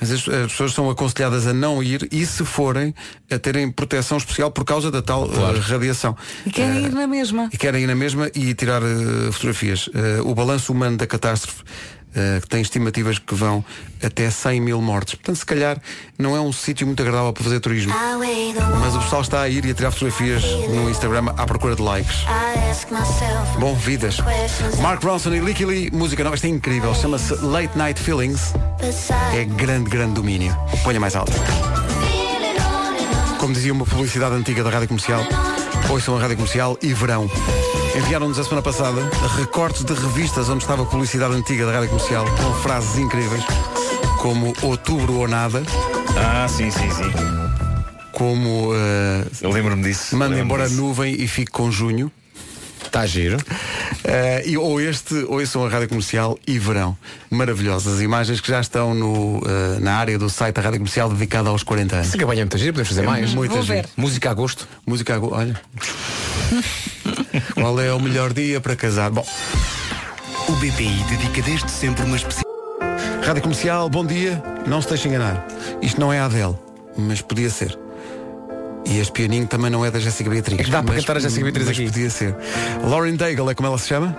Mas as, as pessoas são aconselhadas a não ir e, se forem, a terem proteção especial por causa da tal eh, radiação.
E querem ir na mesma.
E querem ir na mesma e tirar eh, fotografias. Eh, o balanço humano da catástrofe eh, que tem estimativas que vão até 100 mil mortes. Portanto, se calhar não é um sítio muito agradável para fazer turismo. Mas o pessoal está a ir e a tirar fotografias no Instagram à procura de likes. Bom, vidas. Mark Ronson e Licky Lee, música nova, isto é incrível. Chama-se Late Night Feelings. É grande, grande domínio. Ponha mais alto. Como dizia uma publicidade antiga da Rádio Comercial, ouçam a Rádio Comercial e verão. Enviaram-nos a semana passada recortes de revistas onde estava a publicidade antiga da Rádio Comercial com frases incríveis como Outubro ou Nada.
Ah, sim, sim, sim.
Como eh,
Eu lembro-me disso.
Manda
lembro-me
embora a
disso.
nuvem e fico com junho. Está Tá giro. Eh, e, ou este, ou esse são a Rádio Comercial e Verão. Maravilhosas imagens que já estão no, eh, na área do site da Rádio Comercial dedicada aos 40 anos.
Se campanha é muita gira, podemos fazer
É
mais.
muita Vou gira. ver.
Música a gosto.
Música a gosto. Olha. Qual é o melhor dia para casar? Bom.
O BPI dedica desde sempre uma especial.
Rádio Comercial, bom dia. Não se deixe enganar. Isto não é a Adele, mas podia ser. E este pianinho também não é da Jéssica Beatriz.
dá para
mas-
cantar a Jéssica Beatriz
mas
aqui.
podia ser. Lauren Daigle é como ela se chama?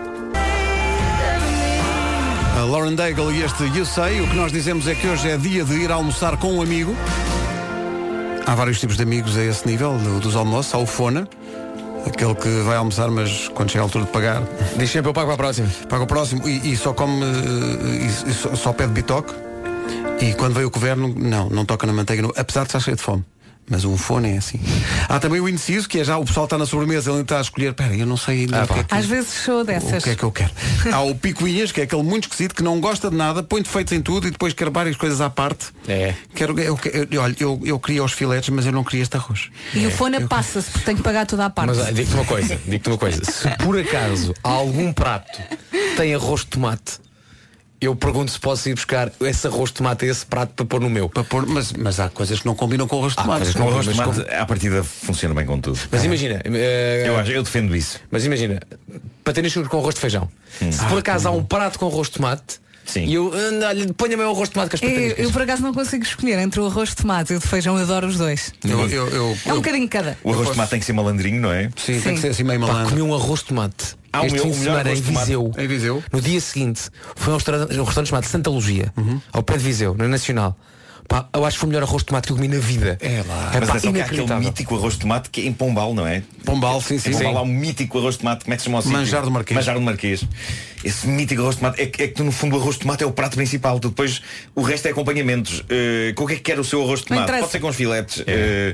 A Lauren Daigle e este You Say. O que nós dizemos é que hoje é dia de ir almoçar com um amigo. Há vários tipos de amigos a esse nível, do- dos almoços. Há o Fona, aquele que vai almoçar, mas quando chega a altura de pagar.
Diz sempre eu pago para a próxima.
Paga o próximo e, e só come, eh, e, e só, só pede bitoque. E quando veio o governo, não, não toca na manteiga, não, apesar de estar cheio de fome. Mas um fone é assim. Há também o indeciso, que é já o pessoal está na sobremesa, ele está a escolher, pera, eu não sei
Ah,
ainda o, que é que,
Às vezes sou
o
dessas.
que é que eu quero. Há o picuinhas, que é aquele muito esquisito, que não gosta de nada, põe defeitos em tudo e depois quer várias coisas à parte. É. Quero, eu, eu, olha, eu, eu queria os filetes, mas eu não queria este arroz.
E o fona passa-se porque tem que pagar toda a parte.
Mas ah, digo-te uma coisa, digo-te uma coisa. Se por acaso algum prato tem arroz de tomate, eu pergunto se posso ir buscar esse arroz de tomate, esse prato para pôr no meu.
Para pôr, mas, mas há coisas que não combinam com arroz de tomate.
Mas com arroz de tomate, à partida funciona bem com tudo.
Mas imagina. eh,
Eu acho- eu defendo isso. Hum. Ah,
Mas imagina, patênis de chucro com arroz de feijão. Se por acaso há um prato com arroz de tomate, e eu "Anda, olha, ponha-me o arroz de tomate com as
Eu,
patênis.
eu, por acaso não consigo escolher entre o arroz de tomate e o de feijão, eu adoro os dois.
Eu- eu- eu-
É um bocadinho cada.
O arroz de tomate tem que ser malandrinho, não é?
Sim, tem que ser assim meio
Pá,
malandro.
comi um arroz de tomate.
Ah, o
este
meu-
fim
o
de
melhor
semana em
arroz de tomate.
Viseu.
Em Viseu.
No dia seguinte, foi a um restaurante, um restaurante chamado Santa Logia, ao pé de Viseu, na Nacional. Pá, eu acho que foi o melhor arroz de tomate que eu comi na vida. É lá.
Mas atenção que há aquele mítico arroz de tomate que é em Pombal, não é?
Pombal, sim, sim.
Em Pombal
Sim.
há um mítico arroz de tomate, como é que se chama o sítio?
Manjar do Marquês.
Manjar do Marquês. Esse mítico arroz de tomate, é que, é que tu, no fundo o arroz de tomate é o prato principal, tu depois o resto é acompanhamentos. Eh, com o que é que quer o seu arroz de
Não
tomate?
interessa.
Pode ser com os filetes. eh,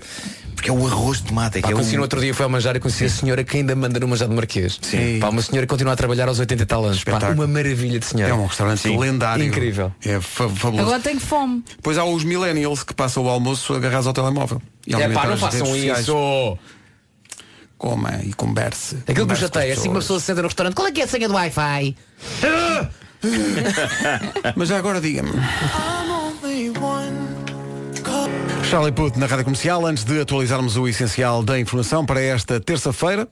porque é o arroz de tomate, é
Pá,
que é
conheci no
o...
outro dia foi ao manjar e conheci a senhora que ainda manda no manjar do Marquês. Sim. Pá, uma senhora que continua a trabalhar aos 80 e tal anos. Pá, Ah, uma maravilha de senhora.
Tá. É um restaurante
Sim.
lendário.
Incrível.
É fa- fabuloso.
Agora tenho fome.
Depois há os millennials que passam o almoço agarrados ao telemóvel. E
É,
alimentar
pá, não
as
façam
redes sociais.
isso.
Coma e converse.
Aquilo que me
Converse
chateia é
com
assim que uma
pessoas.
pessoa se senta no restaurante. Qual é que é a senha do Wi-Fi? Ah!
Mas já agora diga-me. Charlie Puth na Rádio Comercial, antes de atualizarmos o essencial da informação para esta terça-feira.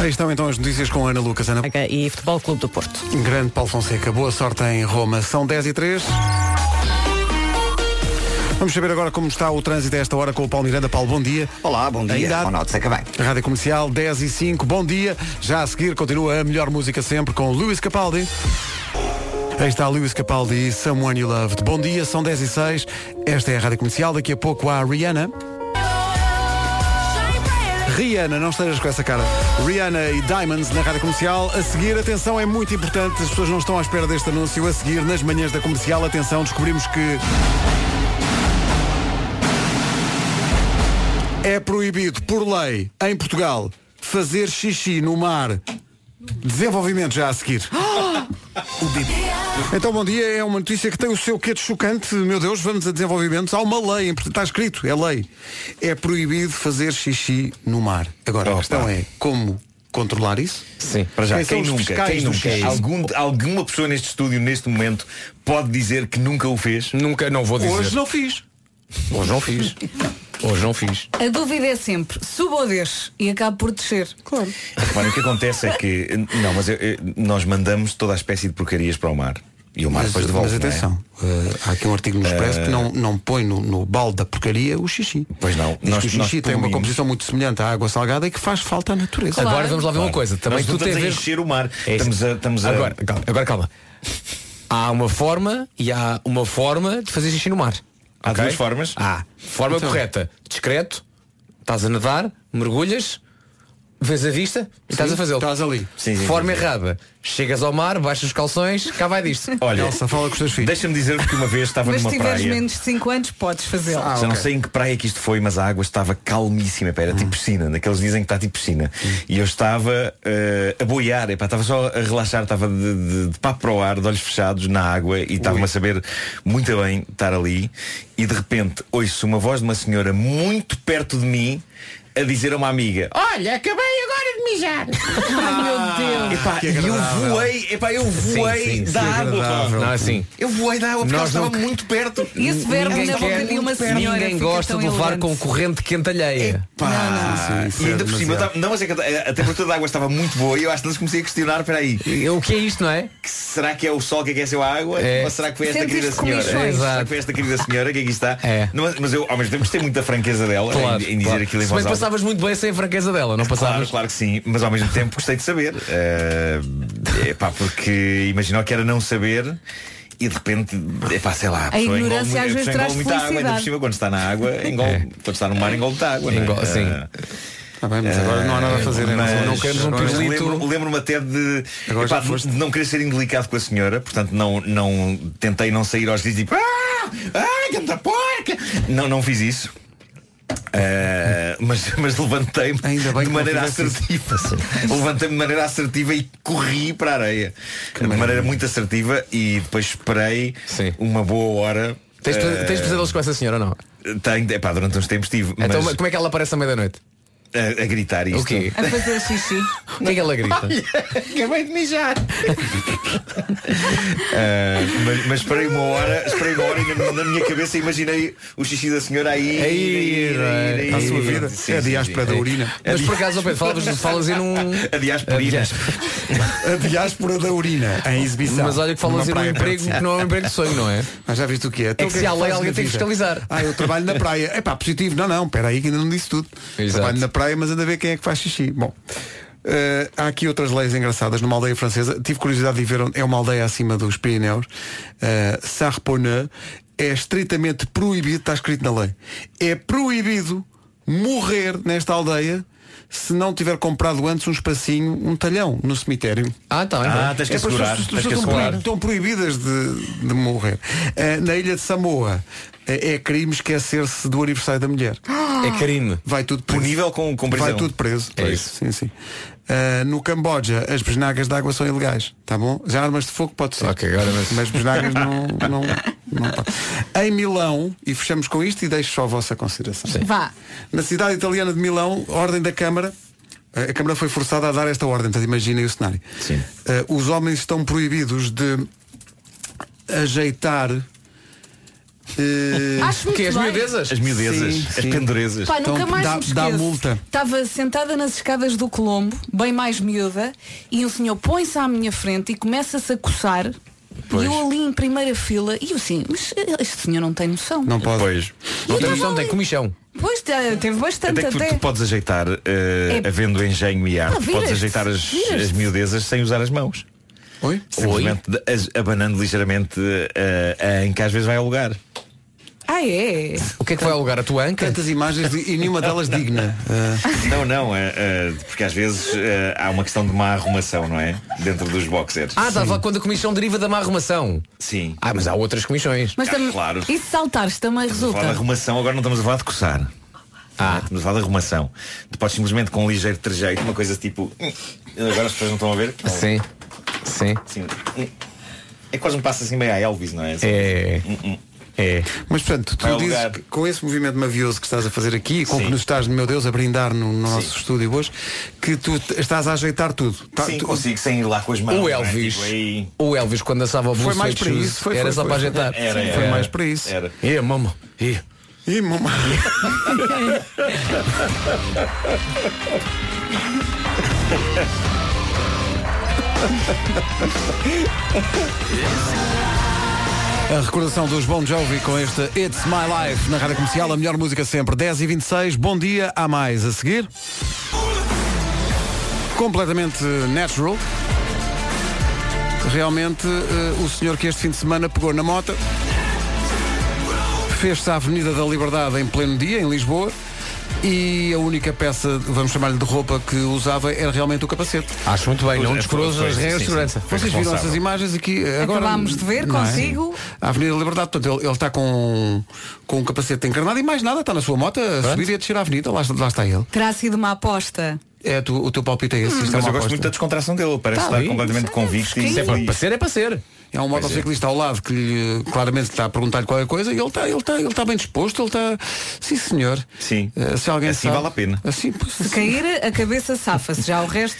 Aí estão então as notícias com a Ana Lucas. Ana...
E Futebol Clube do Porto.
Grande Paulo Fonseca, boa sorte em Roma. São 10 e 3. Vamos saber agora como está o trânsito a esta hora com o Paulo Miranda. Paulo, bom dia.
Olá, bom dia.
Ainda há-
Ronaldo, seca bem.
Rádio Comercial 10 e 5, bom dia. Já a seguir continua a melhor música sempre com Luís Capaldi. Aí está Luís Capaldi e Someone You Loved. Bom dia, são 10 e 6. Esta é a Rádio Comercial, daqui a pouco há a Rihanna. Rihanna, não estejas com essa cara. Rihanna e Diamonds na Rádio Comercial. A seguir, atenção, é muito importante. As pessoas não estão à espera deste anúncio. A seguir, nas manhãs da Comercial, atenção, descobrimos que... É proibido, por lei, em Portugal, fazer xixi no mar. Desenvolvimento já a seguir. O bebê. Então, bom dia. É uma notícia que tem o seu quê de chocante. Meu Deus, vamos a desenvolvimentos. Há uma lei, em Portu- está escrito, é lei. É proibido fazer xixi no mar. Agora, a questão é como controlar isso?
Sim,
Para já,
Quem são
quem
os
nunca,
fiscais
quem
do
nunca, é
xixi?
Algum- alguma pessoa neste estúdio, neste momento, pode dizer que nunca o fez?
Nunca, não vou dizer.
Hoje não fiz.
Hoje não fiz. Hoje não fiz.
A dúvida é sempre, subo ou desço? E acabo por descer. Claro.
Mano, o que acontece é que não, mas eu- eu- nós mandamos toda a espécie de porcarias para o mar e o mar
Mas,
depois devolve.
mas
não é?
atenção, eh, há aqui um artigo no Expresso que não, não põe no, no balde da porcaria o xixi.
Pois não.
Diz
Nós-
que o
nós
xixi tem uma
poluímos.
composição muito semelhante à água salgada e que faz falta à natureza.
Agora vamos lá ver uma
Claro.
coisa. Também
Nós
tu
não
tens
estamos
a
a
ver...
encher o mar.
É isso.
Estamos a- estamos a-
Agora, calma, agora calma. Há uma forma e há uma forma de fazer xixi no mar.
Há
Ok?
duas formas.
Ah.
Há. Forma
Então.
correta, discreto, estás a nadar, mergulhas, vês a vista e estás a fazê-lo.
Estás ali.
Sim, sim,
forma
sim, sim.
errada, chegas ao mar, baixas os calções, cá vai disto.
Olha,
Elsa, fala com os teus filhos.
deixa-me dizer-vos que uma vez estava
Mas se
numa
tiveres
praia. Ah,
menos de 5 anos, podes fazê-lo.
Ah,
Já não sei em que praia que isto foi, mas a água estava calmíssima, pá, era
Hum.
tipo piscina, naqueles dizem que está tipo piscina. E eu estava eh, a boiar, epá, estava só a relaxar, estava de, de- de papo para o ar, de olhos fechados na água e estava-me a saber muito bem estar ali. E de repente ouço uma voz de uma senhora muito perto de mim a dizer a uma amiga:
Olha, acabei agora de mijar.
"Ah, epá,
Que
e eu
agradável.
voei, epá, eu voei
Sim, sim,
da
sim, é
água. pá.
agradável. Não, assim.
Eu voei da água porque
Nós
ela
não-
estava muito perto.
Esse verbo
Ninguém
na boca
quer-
de uma senhora
Ninguém
fica
gosta
tão
de levar
elegante.
com corrente quente alheia.
Ah, e ainda por cima, eu tava- não, mas é que a, a temperatura da água estava muito boa e eu acho que não comecei a questionar, espera aí.
O que é isto, não é?
Que será que é o sol que aqueceu a água?
É.
Ou será que foi esta
Sentiste
querida senhora?
comichões.
Será que foi esta querida senhora que aqui está?
É.
Não, mas- mas eu ao mesmo tempo gostei muito da franqueza dela
Claro,
em, em dizer
claro.
aquilo em
Se bem
voz
que
alta.
passavas muito bem sem a franqueza dela, não
Claro,
passavas?
claro que sim, mas ao mesmo tempo gostei de saber. é epá, porque imaginou que era não saber e de repente, epá, sei lá,
A
pessoa engole
ignorância
muito-
às
a pessoa
vezes
engole
traz
muita água, ainda por
felicidade.
cima quando está na água, engole,
É.
quando está no mar, engole da água. não é?
Engole- sim.
Ah,
assim. Tá bem, mas agora não há nada a fazer. em relação a
né? mas-
isso.
Eh, não queremos um
mas
pirulito.
lembro- Lembro-me até de,
Agora
epá,
já
de-
foste.
de não querer ser indelicado com a senhora, portanto não, não tentei não sair aos gritos tipo, ah, ah, canta porca. Não, não fiz isso. Ah, mas, mas levantei-me de maneira assertiva Levantei-me de maneira assertiva e corri para a areia De maneira muito assertiva E depois esperei uma boa hora
Tens,
ah,
tens pesadelos com essa senhora ou não?
tenho, epá, durante uns tempos tive
Então,
mas
como é que ela aparece à meia-noite?
a, a gritar isto
O quê?
A fazer xixi.
O que é que ela grita?
Acabei de mijar. Ah, mas, mas esperei uma hora, esperei uma hora e na, na minha cabeça imaginei o xixi da senhora aí. aí, aí,
à sua vida. É a diáspora da urina.
É
Mas por acaso, Pedro,
assim,
falas, falas em um.
A diáspora.
A diáspora da urina, em exibição.
Mas olha que falas em um emprego que não é um emprego de sonho, não é?
Mas já viste o que é?
É que se há lei, alguém tem que fiscalizar.
Ah, eu trabalho na praia. É pá, positivo. Não, não, espera aí que ainda não disse tudo.
Exato.
Trabalho na praia, mas anda a ver quem é que faz xixi. Bom. eh, há aqui outras leis engraçadas numa aldeia francesa. Tive curiosidade de ver onde é uma aldeia acima dos Pirineus. Uh, Sarponeux é estritamente proibido, está escrito na lei. É proibido morrer nesta aldeia se não tiver comprado antes um espacinho, um talhão no cemitério.
Ah, tá.
Ah, tens que
É para as
assegurar,
pessoas- as
tens que
pessoas estão
assegurar.
proibi- estão proibidas de, de morrer. Eh, na ilha de Samoa eh, é crime esquecer-se do aniversário da mulher.
É crime.
Vai tudo preso.
Punível com- com prisão.
Vai tudo preso.
É
Pois,
isso.
Sim, sim. Eh, no Camboja, as besnagas de água são ilegais, tá bom? Já armas de fogo pode ser. Mas besnagas não, não, não pode. Em Milão, e fechamos com isto e deixo só a vossa consideração.
Vá.
Na cidade italiana de Milão, ordem da Câmara. eh, A Câmara foi forçada a dar esta ordem, portanto imaginem o cenário. Eh, os homens estão proibidos de ajeitar. eh,
Acho muito Que as bem. miudezas?
é As miudezas,
Sim,
as
sim.
pendurezas.
Pá, nunca
Então,
mais
dá-
me esqueço.
dá multa.
Estava sentada nas escadas do Colombo, bem mais miúda, e um senhor põe-se à minha frente e começa-se a coçar.
Pois.
E eu ali em primeira fila, e eu assim, mas este senhor não tem noção.
Não pode.
Pois.
Não
Então
tem noção,
tem comichão.
Pois te- teve bastante
Até que
até.
tu, tu podes ajeitar, eh,
É-
havendo engenho e arte,
Ah, viras-te,
podes ajeitar as,
viras-te.
as miudezas sem usar as mãos.
Oi?
Simplesmente de- as- abanando ligeiramente eh, a em que às vezes vai ao lugar.
Ah, é?
O que é que vai ao lugar? A tua anca?
Tantas imagens de- e nenhuma delas digna.
Não, não, eh, eh, porque às vezes eh, há uma questão de má arrumação, não é? Dentro dos boxers.
Ah, estava quando a comissão deriva da má arrumação.
Sim.
Ah, mas há outras comissões.
Mas
Ah,
também,
claro.
E se saltares
Estamos a
também
falar de
resulta.
arrumação, agora não estamos a falar de coçar. Ah. Estamos a falar de arrumação. Tu podes simplesmente com um ligeiro trejeito, uma coisa tipo. "Hum", Agora as pessoas não estão a ver?
Sim. Sim.
Sim. Hum. É quase um passo assim meio a Elvis, não é?
É. É.
Mas portanto, tu
Vai ao
dizes
lugar.
que com esse movimento mavioso que estás a fazer aqui, com que nos estás, meu Deus, a brindar no, no nosso estúdio hoje, que tu te- estás a ajeitar tudo. Tá-
Sim,
tu-
consigo sem ir lá com as mãos.
O
não é?
Elvis,
Tipo, aí-
o Elvis quando dançava o Blue
Foi mais
Suede
para
Shoes,
isso, foi-
era
foi-
só
foi-
para ajeitar.
Era, era,
Foi mais para isso.
Era.
É, mama. É.
Ih, mamãe. A recordação dos Bon Jovi com esta It's My Life na Rádio Comercial, a melhor música sempre. 10 e 26 bom dia, a mais a seguir. Completamente natural. Realmente, eh, o senhor que este fim de semana pegou na moto, fez-se a Avenida da Liberdade em pleno dia, em Lisboa, e a única peça, vamos chamar-lhe de roupa, que usava era realmente o capacete.
Acho muito bem, não
Pois é,
descuroso
foi-
as
foi-
regras
sim,
de segurança.
sim. Vocês viram essas imagens aqui eh, agora.
Acabámos de ver
não é?
consigo.
A Avenida da Liberdade, portanto, ele, ele está com, com um capacete encarnado e mais nada, está na sua moto a subir e a descer a avenida, lá, está- lá está ele.
Terá sido uma aposta.
É tu- o teu palpite é esse. isto é
Mas
uma
eu gosto
aposta.
muito da descontração dele, parece
Tá
estar
ali,
completamente convicto. e-
Isso é para, para ser, é para ser.
Há um
é.
motociclista ao lado que lhe, claramente está a perguntar-lhe qualquer coisa e ele está, ele está, ele está bem disposto, ele está. Sim senhor.
Sim.
Eh, se alguém
Assim
sabe-
vale a pena.
Assim, pois,
Se cair, a cabeça safa-se. Já o resto.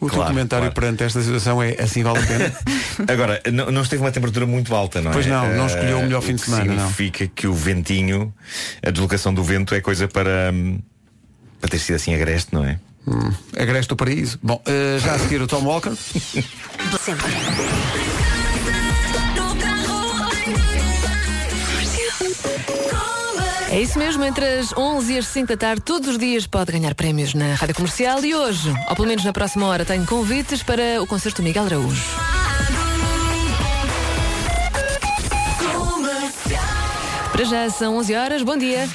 O teu
Claro,
comentário
claro.
perante esta situação é assim vale a pena?
Agora, não, não esteve uma temperatura muito alta, não é?
Pois não, não
Eh,
escolheu o melhor fim de
que
semana, não.
Significa que o ventinho, a deslocação do vento é coisa para, hum, para ter sido assim agreste, não é?
Hum. Agreste o paraíso. Bom, eh, já a seguir o Tom Walker.
Sempre.
É isso mesmo, entre as 11 e as 5 da tarde, todos os dias pode ganhar prémios na Rádio Comercial e hoje, ou pelo menos na próxima hora, tenho convites para o concerto do Miguel Araújo. Para já são 11 horas, bom dia.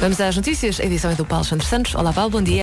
Vamos às notícias, a edição é do Paulo Alexandre Santos. Olá Paulo, bom dia.